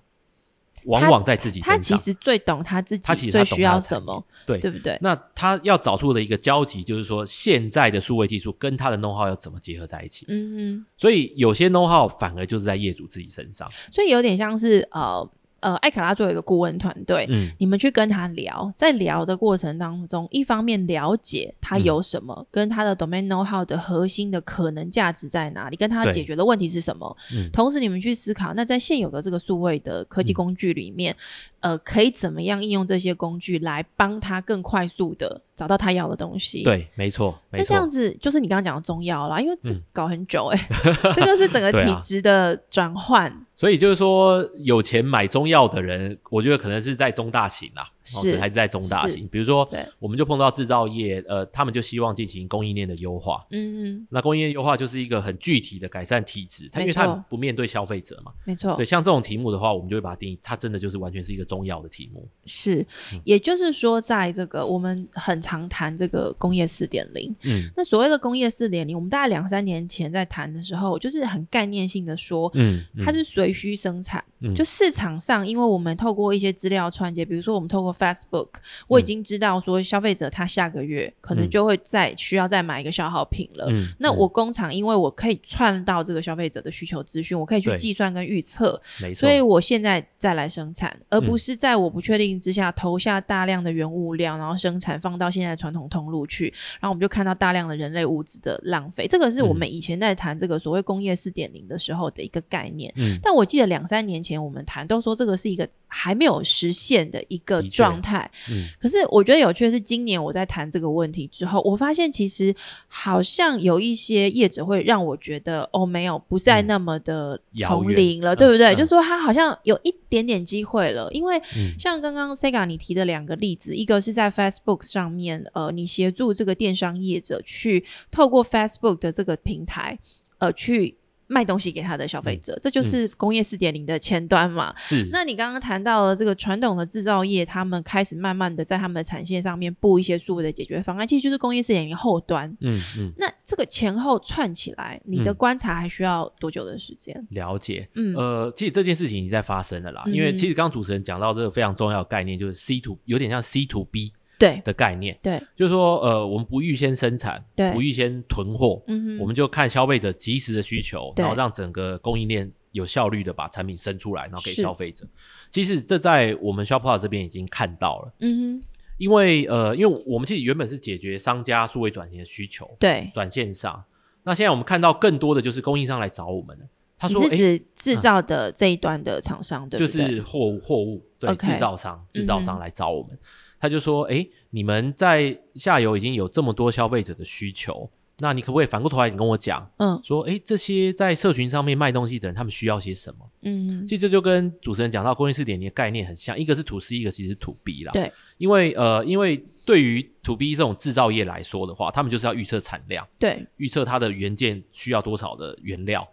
Speaker 2: 往往在自己
Speaker 1: 他
Speaker 2: 身
Speaker 1: 其
Speaker 2: 上。
Speaker 1: 实最懂他自
Speaker 2: 他其
Speaker 1: 己
Speaker 2: 实
Speaker 1: 最
Speaker 2: 他懂
Speaker 1: 需
Speaker 2: 他的
Speaker 1: 要
Speaker 2: 产
Speaker 1: 什
Speaker 2: 业
Speaker 1: 么，
Speaker 2: 对
Speaker 1: 对不对？
Speaker 2: 那他要找出的一个交集，就是说现在的数位技术跟他的 know how 要怎么结合在一起。
Speaker 1: 嗯哼。
Speaker 2: 所以有些 know how 反而就是在业主自己身上。
Speaker 1: 所以有点像是呃呃，艾卡拉作为一个顾问团队，
Speaker 2: 嗯，
Speaker 1: 你们去跟他聊，在聊的过程当中，一方面了解他
Speaker 2: 嗯
Speaker 1: 有什么，跟他的 domain know how 的核心的可能价值在哪里，跟他
Speaker 2: 对
Speaker 1: 解决的问题是什么，
Speaker 2: 嗯
Speaker 1: 同时你们去思考，那在现有的这个数位的科技工具里面，呃，可以怎么样应用这些工具来帮他更快速的找到他要的东西？。
Speaker 2: 对，没错，没
Speaker 1: 那这样
Speaker 2: 错，
Speaker 1: 子就是你刚刚讲的中药啦，因为这
Speaker 2: 嗯
Speaker 1: 搞很久哎、 <laughs> 这个是整个
Speaker 2: 对
Speaker 1: 体
Speaker 2: 啊
Speaker 1: 质的转换，
Speaker 2: 所以就是说，有钱买中药的人，我觉得可能是在中大型啦，哦可
Speaker 1: 是
Speaker 2: 能还是在中大
Speaker 1: 是
Speaker 2: 型。比如说，
Speaker 1: 对，
Speaker 2: 我们就碰到制造业，呃，他们就希望进行供应链的优化。
Speaker 1: 嗯，
Speaker 2: 那供应链优化就是一个很具体的改善体质，它因
Speaker 1: 没
Speaker 2: 为它
Speaker 1: 错哦
Speaker 2: 不面对消费者嘛。
Speaker 1: 没错
Speaker 2: 对，，像这种题目的话，我们就会把它定义，它真的就是完全是一个中药的题目。
Speaker 1: 是，
Speaker 2: 嗯
Speaker 1: 也就是说，在这个我们很常谈这个工业四点零。
Speaker 2: 嗯
Speaker 1: 那所谓的工业四点零，我们大概两三年前在谈的时候，就是很概念性的说，
Speaker 2: 嗯，
Speaker 1: 它是随需生产，
Speaker 2: 嗯
Speaker 1: 就市场上，因为我们透过一些资料串接，比如说我们透过 Facebook，我已经知道说消费者他下个月可能
Speaker 2: 嗯
Speaker 1: 就会再需要再买一个消耗品了。
Speaker 2: 嗯
Speaker 1: 那
Speaker 2: 嗯
Speaker 1: 我工厂，因为我可以串到这个消费者的需求资讯，我可以去
Speaker 2: 对
Speaker 1: 计算跟预测，
Speaker 2: 没错嗯
Speaker 1: 所以，我现在再来生产，而不是在我不确定之下投下大量的原物料，然后生产放到现在的传统通路去，然后我们就看到大量的人类物质的浪费。这个是
Speaker 2: 嗯
Speaker 1: 我们以前在谈这个所谓工业四点零的时候的一个概念。
Speaker 2: 嗯
Speaker 1: 但我记得两三年前我们谈都说这个是一个还没有实现的一个
Speaker 2: 的确
Speaker 1: 状态，
Speaker 2: 嗯
Speaker 1: 可是我觉得有趣的是，今年我在谈这个问题之后，我发现其实好像有一些业者会让我觉得，哦，没有，不再那么的
Speaker 2: 嗯遥
Speaker 1: 从
Speaker 2: 远
Speaker 1: 零了，
Speaker 2: 嗯
Speaker 1: 对不对？
Speaker 2: 嗯
Speaker 1: 就说他好像有一点点机会了，因为
Speaker 2: 嗯
Speaker 1: 像刚刚 Sega 你提的两个例子，一个是在 Facebook 上面，呃，你协助这个电商业者去透过 Facebook 的这个平台，呃，去。卖东西给他的消
Speaker 2: 嗯
Speaker 1: 费者，这就是工业四点零的前端嘛。
Speaker 2: 是
Speaker 1: <laughs> 那你刚刚谈到了这个传统的制造业，他们开始慢慢的在他们的产线上面布一些数位的解决方案，其实就是工业四点零后端。
Speaker 2: 嗯嗯
Speaker 1: 那这个前后串起来，你的
Speaker 2: 嗯
Speaker 1: 观察还需要多久的时间？
Speaker 2: 了解。
Speaker 1: 嗯，
Speaker 2: 呃，其实这件事情已经在发生了啦，因为
Speaker 1: 嗯
Speaker 2: 其实刚刚主持人讲到这个非常重要的概念，就是 C to 有点像 C to B
Speaker 1: 对
Speaker 2: 的概念，
Speaker 1: 对，
Speaker 2: 就是说呃，我们不预先生产，
Speaker 1: 对
Speaker 2: 不预先囤货，
Speaker 1: 嗯哼，
Speaker 2: 我们就看消费者及时的需求，
Speaker 1: 对
Speaker 2: 然后让整个供应链有效率的把产品生出来，然后给
Speaker 1: 是
Speaker 2: 消费者。其实这在我们 Shopify 这边已经看到了，
Speaker 1: 嗯哼，
Speaker 2: 因为呃，因为我们其实原本是解决商家数位转型的需求，
Speaker 1: 对，
Speaker 2: 转线上。那现在我们看到更多的就是供应商来找我们了，他
Speaker 1: 你
Speaker 2: 说：“
Speaker 1: 是
Speaker 2: 诶，嗯
Speaker 1: 指制造的这一端的厂商，对
Speaker 2: 就
Speaker 1: 不对？
Speaker 2: 是货物货物对
Speaker 1: OK
Speaker 2: 制造商制
Speaker 1: 嗯
Speaker 2: 造
Speaker 1: 哼
Speaker 2: 商来找我们，他就说：诶，你们在下游已经有这么多消费者的需求，那你可不可以反过头来你跟我讲，
Speaker 1: 嗯
Speaker 2: 说，哎，这些在社群上面卖东西的人，他们需要些什么？
Speaker 1: 嗯
Speaker 2: 其实这就跟主持人讲到工业四点零的概念很像，一个是 to C，一个其实是 to B 啦。
Speaker 1: 对，
Speaker 2: 因为呃，因为对于 to B 这种制造业来说的话，他们就是要预测产量，
Speaker 1: 对
Speaker 2: 预测它的元件需要多少的原料，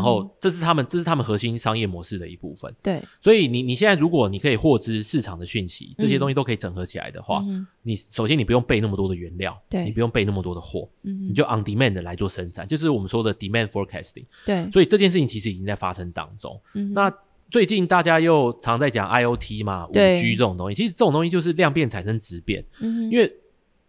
Speaker 1: 嗯
Speaker 2: 后这是他们、这是他们核心商业模式的一部分。
Speaker 1: 对，
Speaker 2: 所以你你现在如果你可以获知市场的讯息，这些
Speaker 1: 嗯
Speaker 2: 东西都可以整合起来的话，
Speaker 1: 嗯哼
Speaker 2: 你首先你不用备那么多的原料，
Speaker 1: 对
Speaker 2: 你不用备那么多的货，
Speaker 1: 嗯哼
Speaker 2: 你就 on demand 的来做生产，就是我们说的 demand forecasting。
Speaker 1: 对，
Speaker 2: 所以这件事情其实已经在发生当中。
Speaker 1: 嗯哼
Speaker 2: 那最近大家又常在讲 IOT 嘛，五
Speaker 1: 对
Speaker 2: G 这种东西，其实这种东西就是量变产生质变，
Speaker 1: 嗯哼
Speaker 2: 因为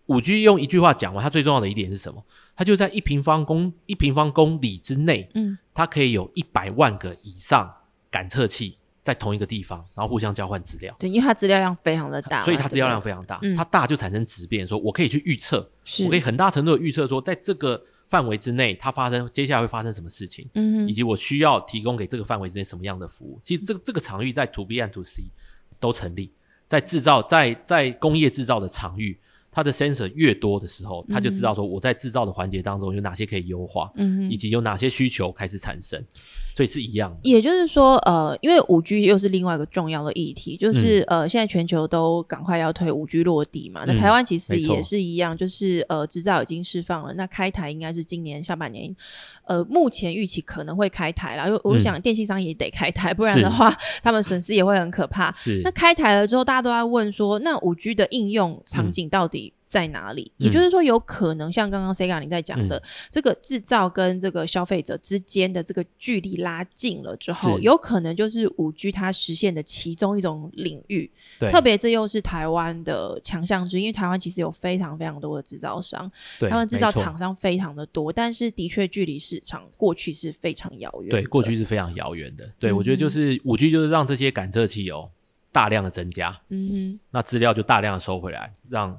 Speaker 2: 五 G 用一句话讲完，它最重要的一点是什么？它就在一平方公一平方公里之内，
Speaker 1: 嗯，
Speaker 2: 它可以有一百万个以上感测器在同一个地方，然后互相交换资料，
Speaker 1: 对，因为它资料量非常的大嘛，
Speaker 2: 所以它
Speaker 1: 对不
Speaker 2: 资料量
Speaker 1: 对
Speaker 2: 非常大
Speaker 1: 嗯，
Speaker 2: 它大就产生质变，说我可以去预测，
Speaker 1: 是，
Speaker 2: 我可以很大程度的预测说，在这个范围之内，它发生接下来会发生什么事情，
Speaker 1: 嗯
Speaker 2: 以
Speaker 1: 哼，
Speaker 2: 及我需要提供给这个范围之内什么样的服务。其实这个这个场域在 to B 和 to C 都成立，在制造在在工业制造的场域，它的 sensor 越多的时候，它就知道说我在制造的环节当中有哪些可以优化，
Speaker 1: 嗯
Speaker 2: 以
Speaker 1: 哼。
Speaker 2: 及有哪些需求开始产生，所以是一样的。
Speaker 1: 也就是说，呃，因为五 G 又是另外一个重要的议题，就是、呃，现在全球都赶快要推五 G 落地嘛。那
Speaker 2: 嗯
Speaker 1: 台湾其实
Speaker 2: 没错
Speaker 1: 也是一样，就是呃，执照已经释放了，那开台应该是今年下半年，呃，目前预期可能会开台啦。因为我
Speaker 2: 嗯
Speaker 1: 想电信商也得开台，不然
Speaker 2: 是
Speaker 1: 的话，他们损失也会很可怕。
Speaker 2: 是
Speaker 1: 那开台了之后，大家都在问说，那五 G 的应用场景到底在哪里？
Speaker 2: 嗯
Speaker 1: 也就是说，有可能像刚刚 Sega 你在讲的，
Speaker 2: 嗯
Speaker 1: 这个制造跟这个消费者之间的这个距离拉近了之后，
Speaker 2: 是
Speaker 1: 有可能就是五 G 它实现的其中一种领域。
Speaker 2: 对
Speaker 1: 特别这又是台湾的强项之一，因为台湾其实有非常非常多的制造商，
Speaker 2: 对
Speaker 1: 他们制造
Speaker 2: 没错
Speaker 1: 厂商非常的多，但是的确距离市场过去是非常遥远的。
Speaker 2: 对过去是非常遥远的。对、我觉得
Speaker 1: 嗯
Speaker 2: 就
Speaker 1: 哼
Speaker 2: 是五 G 就是让这些感测器哦大量的增加，
Speaker 1: 嗯哼。
Speaker 2: 那资料就大量的收回来，让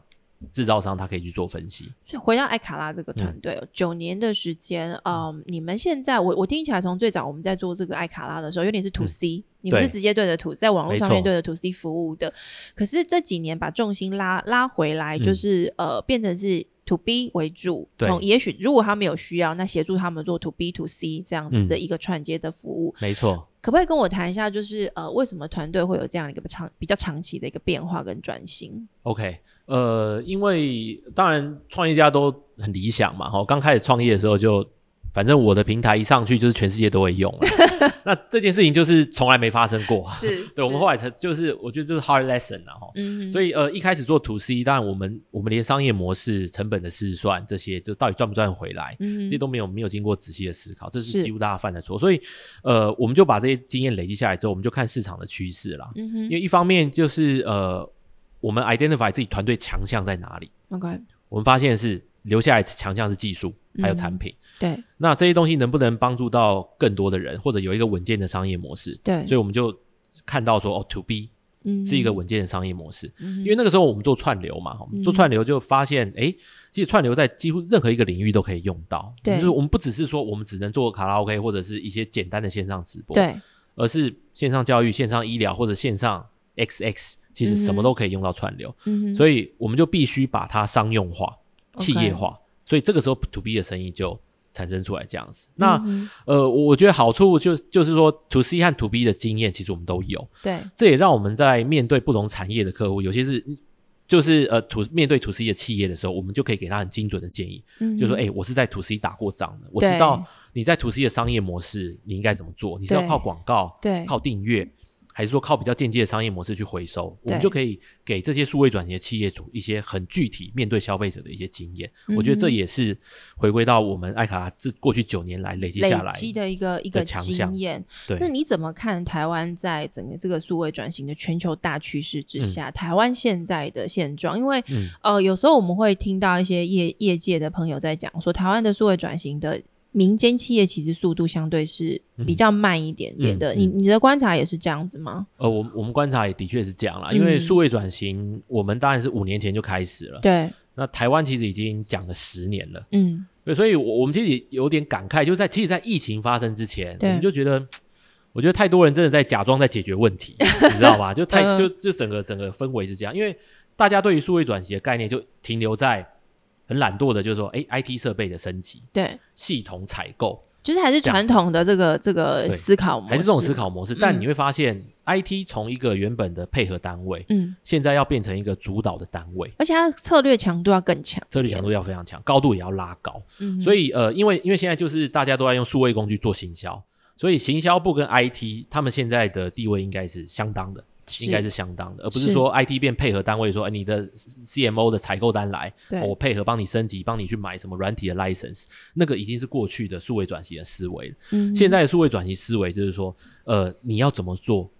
Speaker 2: 制造商他可以去做分析。
Speaker 1: 所以回到艾卡拉这个
Speaker 2: 嗯
Speaker 1: 团队哦，九、年的时间，嗯，你们现在我我听起来，从最早我们在做这个艾卡拉的时候，有点是 to C，、你们是
Speaker 2: 嗯对
Speaker 1: 直接对着 to 在网络上面
Speaker 2: 没错
Speaker 1: 对着 to C 服务的。可是这几年把重心拉拉回来，
Speaker 2: 嗯
Speaker 1: 就是、呃，变成是 to B 为主，
Speaker 2: 对
Speaker 1: 同也许如果他们有需要，那协助他们做 to B to C 这样子
Speaker 2: 嗯
Speaker 1: 的一个串接的服务。
Speaker 2: 没错，
Speaker 1: 可不可以跟我谈一下，就是呃，为什么团队会有这样一个长比较长期的一个变化跟转型？
Speaker 2: OK，呃，因为当然创业家都很理想嘛，哈，刚开始创业的时候就，反正我的平台一上去就是全世界都会用
Speaker 1: <laughs>
Speaker 2: 了，那这件事情就是从来没发生过，啊
Speaker 1: 是
Speaker 2: <laughs> 对我们后来才就是我觉得这是 hard lesson 啊，哈。
Speaker 1: 嗯哼，
Speaker 2: 所以呃，一开始做 to C，当然我们我们连商业模式、成本的试算这些，就到底赚不赚回来，
Speaker 1: 嗯
Speaker 2: 这些都没有没有经过仔细的思考，这
Speaker 1: 是
Speaker 2: 是几乎大家犯的错。所以，呃，我们就把这些经验累积下来之后，我们就看市场的趋势啦。
Speaker 1: 嗯
Speaker 2: 因
Speaker 1: 哼
Speaker 2: 为一方面就是呃，我们 identify 自己团队强项在哪里，
Speaker 1: ，OK，
Speaker 2: 我们发现是留下来强项是技术还有
Speaker 1: 嗯
Speaker 2: 产品，
Speaker 1: 对
Speaker 2: 那这些东西能不能帮助到更多的人，或者有一个稳健的商业模式？
Speaker 1: 对，
Speaker 2: 所以我们就看到说，哦，to B
Speaker 1: 嗯
Speaker 2: 是一个稳健的商业模式。
Speaker 1: 因
Speaker 2: 因为那个时候我们做串流嘛，我们做串流就发现，哎、其实串流在几乎任何一个领域都可以用到。
Speaker 1: 对
Speaker 2: 就是我们不只是说我们只能做卡拉 OK 或者是一些简单的线上直播，，
Speaker 1: 对，
Speaker 2: 而是线上教育、线上医疗或者线上 XX，其实什么都可以用到串流，
Speaker 1: 嗯以
Speaker 2: 所以我们就必须把它商用化、
Speaker 1: OK
Speaker 2: 企业化。所以这个时候 To B 的生意就产生出来这样子。
Speaker 1: 嗯
Speaker 2: 那、呃，我觉得好处就就是说 To C 和 To B 的经验，其实我们都有。
Speaker 1: 对嗯
Speaker 2: 这也让我们在面对不同产业的客户，有些是就是呃土面对 to C 的企业的时候，我们就可以给他很精准的建议，就说哎、诶我是在 to C 打过仗的，我
Speaker 1: 嗯对
Speaker 2: 知道你在 to C 的商业模式你应该怎么做，你是要
Speaker 1: 对
Speaker 2: 靠广告、
Speaker 1: 对
Speaker 2: 靠订阅，还是说靠比较间接的商业模式去回收？我们
Speaker 1: 对
Speaker 2: 就可以给这些数位转型的企业主一些很具体面对消费者的一些经验。我觉得这
Speaker 1: 嗯哼
Speaker 2: 也是回归到我们艾卡拉这过去九年来累积
Speaker 1: 累
Speaker 2: 下来
Speaker 1: 积的一个一个
Speaker 2: 的强项
Speaker 1: 经验。那
Speaker 2: 对。
Speaker 1: 你怎么看台湾在整个这个数位转型的全球大趋势之下，台湾现在的现状？因为、
Speaker 2: 嗯
Speaker 1: 呃，有时候我们会听到一些业业界的朋友在讲说，台湾的数位转型的。民间企业其实速度相对是比较慢一点点的，
Speaker 2: 嗯嗯嗯
Speaker 1: 你你的观察也是这样子吗？
Speaker 2: 呃，我们我们观察也的确是这样啦，因为
Speaker 1: 嗯
Speaker 2: 数位转型，我们当然是五年前就开始了。
Speaker 1: 对，
Speaker 2: 那台湾其实已经讲了十年了，
Speaker 1: 嗯，
Speaker 2: 对，所以我我们其实也有点感慨，就是在其实，在疫情发生之前，我
Speaker 1: 对
Speaker 2: 们就觉得，我觉得太多人真的在假装在解决问题，你知道吗？就太
Speaker 1: <laughs> 嗯
Speaker 2: 就就整个整个氛围是这样，因为大家对于数位转型的概念就停留在很懒惰的，就是说，哎，IT 设备的升级、
Speaker 1: 对，
Speaker 2: 系统采购，
Speaker 1: 就是还是
Speaker 2: 这样
Speaker 1: 传统的这个这个
Speaker 2: 对
Speaker 1: 思考模式，
Speaker 2: 还是这种思，考模式。但
Speaker 1: 嗯
Speaker 2: 你会发现，IT 从一个原本的配合单位，
Speaker 1: 嗯，
Speaker 2: 现在要变成一个主导的单位，
Speaker 1: 而且它策略强度要更强一点，
Speaker 2: 策略强度要非常强，高度也要拉高。
Speaker 1: 嗯哼，
Speaker 2: 所以呃，因为因为现在就是大家都在用数位工具做行销，所以行销部跟 IT 他们现在的地位应该是相当的，应该是相当的，而不是
Speaker 1: 是
Speaker 2: 说 IT 变配合单位说，哎，你的 CMO 的采购单来，
Speaker 1: 对
Speaker 2: 哦我配合帮你升级，帮你去买什么软体的 license，那个已经是过去的数位转型的思维了。
Speaker 1: 嗯哼
Speaker 2: 现在的数位转型思维就是说，呃，你要怎么做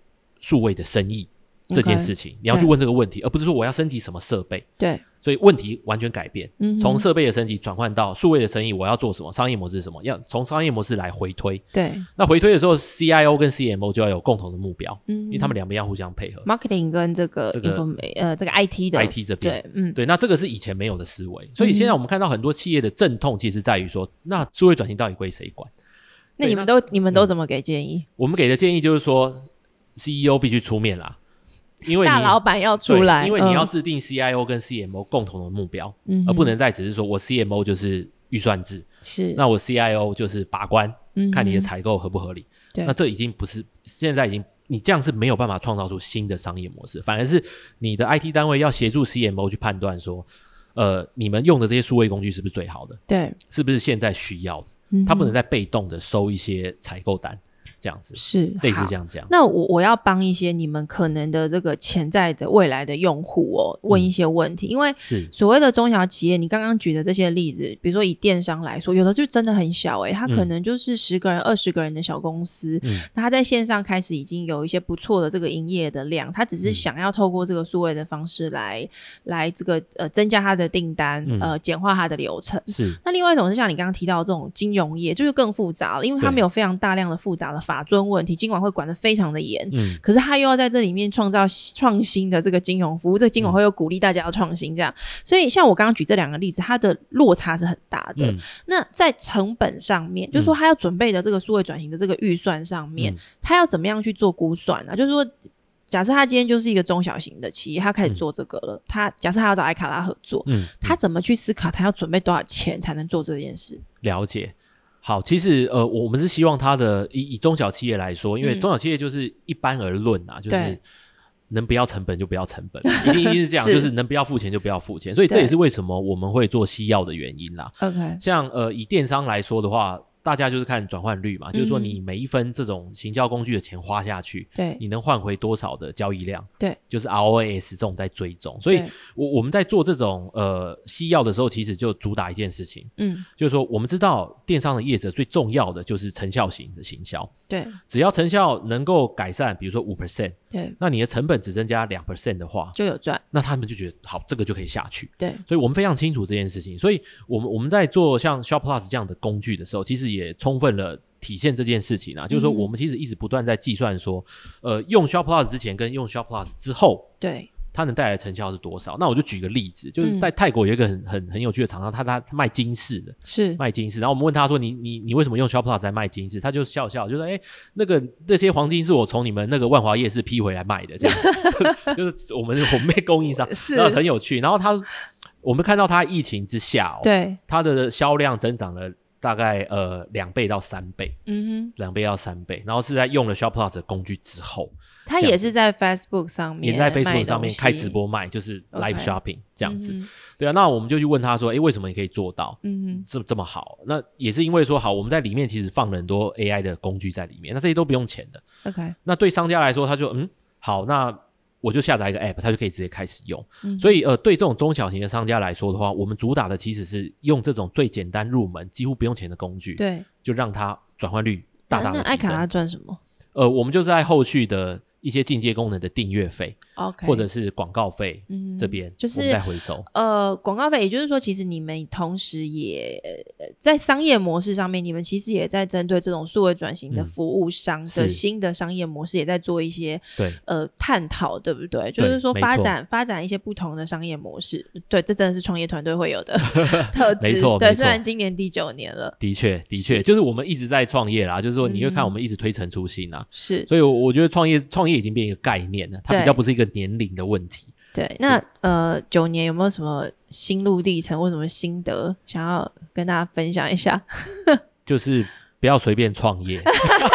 Speaker 2: 数位的生意
Speaker 1: OK，
Speaker 2: 这件事情，你要去
Speaker 1: 对
Speaker 2: 问这个问题，而不是说我要升级什么设备。
Speaker 1: 对
Speaker 2: 所以问题完全改变，
Speaker 1: 嗯哼
Speaker 2: 从设备的升级转换到数位的生意，我要做什么，商业模式是什么，要从商业模式来回推。
Speaker 1: 对，嗯
Speaker 2: 那回推的时候，CIO 跟 CMO 就要有共同的目标，
Speaker 1: 嗯，
Speaker 2: 因为他们两边要互相配合。
Speaker 1: marketing 跟这个
Speaker 2: 这个
Speaker 1: inform- 呃这个 IT 的
Speaker 2: IT 这边
Speaker 1: 对，嗯，
Speaker 2: 对，那这个是以前没有的思维，所以现在
Speaker 1: 嗯
Speaker 2: 我们看到很多企业的阵痛，其实在于说，那数位转型到底归谁管？
Speaker 1: 那你们都你们都怎么给建议？
Speaker 2: 我们给的建议就是说，CEO 必须出面啦，因为你
Speaker 1: 大老板要
Speaker 2: 嗯对
Speaker 1: 出来，
Speaker 2: 因为你要
Speaker 1: 嗯
Speaker 2: 制定 CIO 跟 CMO 共同的目标，
Speaker 1: 嗯哼
Speaker 2: 而不能再只是说我 CMO 就是预算制，
Speaker 1: 是
Speaker 2: 那我 CIO 就是把关，
Speaker 1: 嗯哼
Speaker 2: 看你的采购合不合理。
Speaker 1: 对
Speaker 2: 那这已经不是现在已经你这样是没有办法创造出新的商业模式，反而是你的 IT 单位要协助 CMO 去判断说，呃，你们用的这些数位工具是不是最好的，
Speaker 1: 对，
Speaker 2: 是不是现在需要的？
Speaker 1: 嗯哼
Speaker 2: 他不能再被动的收一些采购单，这样子
Speaker 1: 是
Speaker 2: 类似
Speaker 1: 好
Speaker 2: 这样讲。
Speaker 1: 那我我要帮一些你们可能的这个潜在的未来的用户哦，问一些问题，因为
Speaker 2: 是
Speaker 1: 所谓的中小企业，你刚刚举的这些例子，比如说以电商来说，有的就真的很小欸诶、它可能就是十个人、二十、个人的小公司，
Speaker 2: 嗯
Speaker 1: 那它在线上开始已经有一些不错的这个营业的量，它只
Speaker 2: 嗯
Speaker 1: 是想要透过这个数位的方式来、来这个呃增加它的订单，
Speaker 2: 嗯
Speaker 1: 呃简化它的流程。
Speaker 2: 是，
Speaker 1: 那另外一种是像你刚刚提到的这种金融业，就是更复杂了，因为他
Speaker 2: 对
Speaker 1: 们有非常大量的复杂的法遵问题，金管会管得非常的严。
Speaker 2: 嗯，
Speaker 1: 可是他又要在这里面创造创新的这个金融服务，这个金管会又鼓励大家要创新，这样。所以像我刚刚举这两个例子，它的落差是很大的。
Speaker 2: 嗯
Speaker 1: 那在成本上面，就是说他要准备的这个数位转型的这个预算上面，
Speaker 2: 嗯
Speaker 1: 他要怎么样去做估算呢、就是说。假设他今天就是一个中小型的企业，他开始
Speaker 2: 嗯
Speaker 1: 做这个了。他假设他要找艾卡拉合作，
Speaker 2: 嗯，
Speaker 1: 他怎么去思考他要准备多少钱才能做这件事？
Speaker 2: 了解。好，其实呃，我们是希望它的以以中小企业来说，因为
Speaker 1: 嗯
Speaker 2: 中小企业就是一般而论啊，就
Speaker 1: 对
Speaker 2: 是能不要成本就不要成本，一定一定是
Speaker 1: <laughs>
Speaker 2: 这样，
Speaker 1: 是
Speaker 2: 就是能不要付钱就不要付钱，所以这
Speaker 1: 对
Speaker 2: 也是为什么我们会做西药的原因啦。
Speaker 1: OK，
Speaker 2: 像呃，以电商来说的话，大家就是看转换率嘛，就是说
Speaker 1: 嗯
Speaker 2: 你每一分这种行销工具的钱花下去，
Speaker 1: 对
Speaker 2: 你能换回多少的交易量？
Speaker 1: 对，
Speaker 2: 就是 ROAS 这种在追踪。所以
Speaker 1: 对
Speaker 2: 我我们在做这种呃西药的时候，其实就主打一件事情。
Speaker 1: 嗯，
Speaker 2: 就是说，我们知道电商的业者最重要的就是成效型的行销，
Speaker 1: 对
Speaker 2: 只要成效能够改善，比如说五 percent，
Speaker 1: 对，
Speaker 2: 那你的成本只增加两 percent 的话，
Speaker 1: 就有赚，
Speaker 2: 那他们就觉得好，这个就可以下去。
Speaker 1: 对，
Speaker 2: 所以我们非常清楚这件事情，所以我们我们在做像 Shop Plus 这样的工具的时候，其实也充分了。体现这件事情啊，就是说
Speaker 1: 嗯
Speaker 2: 我们其实一直不断在计算说，呃，用 Shop Plus 之前跟用 Shop Plus 之后，
Speaker 1: 对，
Speaker 2: 它能带来的成效是多少？那我就举个例子，就是在泰国有一个很很很有趣的厂商，他他他卖金饰的，
Speaker 1: 是，
Speaker 2: 卖金饰。然后我们问他说：“你你你为什么用 Shoplus 在卖金饰？”他就笑笑，就说：“哎、那个那些黄金是我从你们那个万华夜市批回来卖的，这
Speaker 1: <laughs>
Speaker 2: 样子，就是我们我们被供应商，
Speaker 1: 是
Speaker 2: 然后很有趣。然后他我们看到他疫情之下、哦，
Speaker 1: 对，
Speaker 2: 他的销量增长了大概呃两倍到三倍，
Speaker 1: 嗯
Speaker 2: 两倍到三倍。然后是在用了 Shoplus 的工具之后，
Speaker 1: 哼，他
Speaker 2: 这样
Speaker 1: 也是在 Facebook 上面，
Speaker 2: 也是在 Facebook 上面开直播卖，就是 live
Speaker 1: OK
Speaker 2: shopping 这
Speaker 1: 这
Speaker 2: 样子。，
Speaker 1: 嗯
Speaker 2: 对啊，那我们就去问他说：“哎，为什么你可以做到？”
Speaker 1: 哼嗯
Speaker 2: 这这么好，那也是因为说好，我们在里面其实放了很多 AI 的工具在里面，那这些都不用钱的。
Speaker 1: 哼，OK，
Speaker 2: 那对商家来说，他就嗯好，那我就下载一个 app，他就可以直接开始用。
Speaker 1: 嗯
Speaker 2: 所以呃，对这种中小型的商家来说的话，我们主打的其实是用这种最简单入门、几乎不用钱的工具，
Speaker 1: 对，
Speaker 2: 就让它转换率大大
Speaker 1: 那
Speaker 2: 的
Speaker 1: 那艾
Speaker 2: 提
Speaker 1: 卡
Speaker 2: 升
Speaker 1: 拉。赚什么
Speaker 2: 呃，我们就是在后续的一些进阶功能的订阅费
Speaker 1: ？OK，
Speaker 2: 或者是广告费
Speaker 1: 嗯
Speaker 2: 这边，
Speaker 1: 就是
Speaker 2: 我们再回收。
Speaker 1: 呃，广告费，也就是说，其实你们同时也呃在商业模式上面，你们其实也在针对这种数位转型的
Speaker 2: 嗯
Speaker 1: 服务商的
Speaker 2: 是
Speaker 1: 新的商业模式，也在做一些
Speaker 2: 对，
Speaker 1: 呃探讨，对不对？就是
Speaker 2: 对
Speaker 1: 说
Speaker 2: 没
Speaker 1: 发
Speaker 2: 错
Speaker 1: 展发展一些不同的商业模式，对，这真的是创业团队会有的特质。
Speaker 2: 没错
Speaker 1: 对，
Speaker 2: 没
Speaker 1: 虽
Speaker 2: 错
Speaker 1: 然今年第九年了，
Speaker 2: 的确，的
Speaker 1: 是
Speaker 2: 确，就是我们一直在创业啦，就是说你会看
Speaker 1: 嗯
Speaker 2: 我们一直推陈出新啊啦。
Speaker 1: 是
Speaker 2: 所以我，我觉得创业创业已经变一个概念了，它
Speaker 1: 对
Speaker 2: 比较不是一个年龄的问题。
Speaker 1: 对。那呃，九年有没有什么心路历程或什么心得，想要跟大家分享一下？
Speaker 2: 就是不要随便创业， <laughs>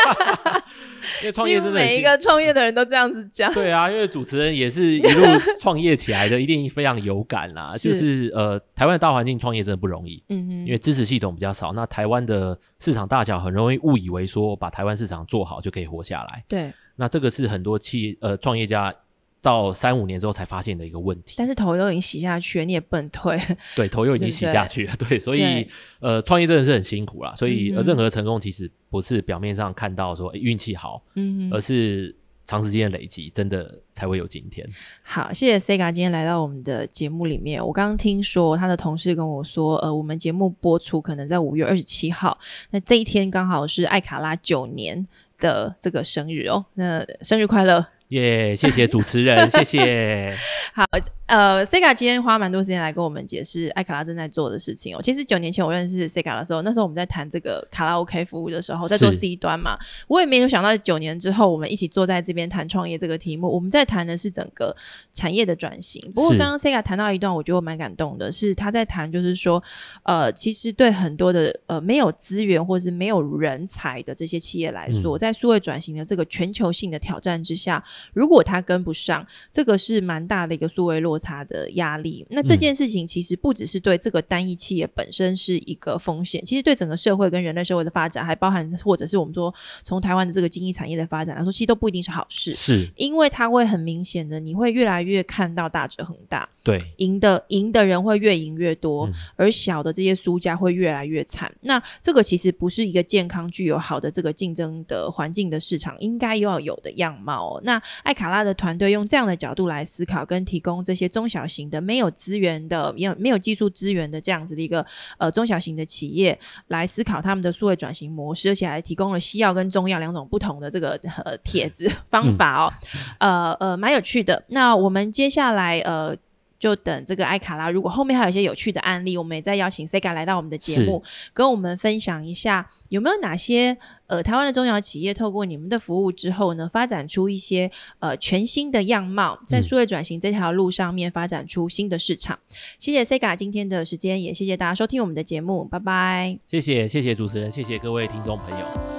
Speaker 2: 因为创
Speaker 1: <laughs> 几
Speaker 2: 业
Speaker 1: 乎
Speaker 2: 真的很
Speaker 1: 每一
Speaker 2: 辛
Speaker 1: 个创业的人都这样子讲，
Speaker 2: 对啊，因为主持人也是一路创业起来的，一定非常有感啦。
Speaker 1: 是
Speaker 2: 就是呃，台湾的大环境创业真的不容易，
Speaker 1: <laughs> 嗯哼，
Speaker 2: 因为支持系统比较少，那台湾的市场大小很容易误以为说把台湾市场做好就可以活下来，
Speaker 1: 对，
Speaker 2: 那这个是很多企业呃创业家。到三五年之后才发现的一个问题，
Speaker 1: 但是头都已经洗下去了，你也不能退。
Speaker 2: 对，头又已
Speaker 1: 对
Speaker 2: 经
Speaker 1: 不
Speaker 2: 洗
Speaker 1: 对
Speaker 2: 下去了， <laughs> 对，所以
Speaker 1: 对
Speaker 2: 呃，创业真的是很辛苦啦，所以、呃
Speaker 1: 嗯哼
Speaker 2: 任何成功其实不是表面上看到说诶运气好，
Speaker 1: 嗯
Speaker 2: 而
Speaker 1: 哼，
Speaker 2: 是长时间的累积，真的才会有今天。
Speaker 1: 好，谢谢 Sega 今天来到我们的节目里面。我刚刚听说他的同事跟我说，呃，我们节目播出可能在五月二十七号，那这一天刚好是艾卡拉九年的这个生日哦，那生日快乐！
Speaker 2: 耶、
Speaker 1: <laughs>
Speaker 2: 谢谢主持人，谢谢。
Speaker 1: 好，呃，Sega 今天花蛮多时间来跟我们解释艾卡拉正在做的事情哦。其实九年前我认识 Sega 的时候，那时候我们在谈这个卡拉 OK 服务的时候，在做
Speaker 2: 是
Speaker 1: C 端嘛，我也没有想到九年之后我们一起坐在这边谈创业这个题目。我们在谈的是整个产业的转型。不过
Speaker 2: 是
Speaker 1: 刚刚 Sega 谈到一段，我觉得我蛮感动的，是他在谈就是说，呃，其实对很多的呃没有资源或是没有人才的这些企业来
Speaker 2: 嗯
Speaker 1: 说，在数位转型的这个全球性的挑战之下，如果他跟不上，这个是蛮大的一个数位落差的压力。那这件事情其实不只是对这个单一企业本身是一个风险，其实对整个社会跟人类社会的发展，还包含或者是我们说从台湾的这个经济产业的发展来说，其实都不一定 <laughs> 是好事。
Speaker 2: 是
Speaker 1: 因为它会很明显的，你会越来越看到大者恒大，
Speaker 2: 对，
Speaker 1: 赢的赢的人会越赢越多，
Speaker 2: 嗯
Speaker 1: 而小的这些输家会越来越惨。那这个其实不是一个健康、具有好的这个竞争的环境的市场应该要有的样貌、哦。那艾卡拉的团队用这样的角度来思考，跟提供这些中小型的没有资源的、没有没有技术资源的这样子的一个呃中小型的企业来思考他们的数位转型模式，而且还提供了西药跟中药两种不同的这个呃帖子方法哦，呃呃蛮有趣的。那我们接下来呃。就等这个艾卡拉，如果后面还有一些有趣的案例，我们也再邀请 Sega 来到我们的节目，跟我们分享一下有没有哪些呃台湾的中小企业透过你们的服务之后呢，发展出一些呃全新的样貌，在数位转型这条路上面发展出新的市场。谢谢 Sega 今天的时间，也谢谢大家收听我们的节目，拜拜。
Speaker 2: 谢谢谢谢主持人，谢谢各位听众朋友。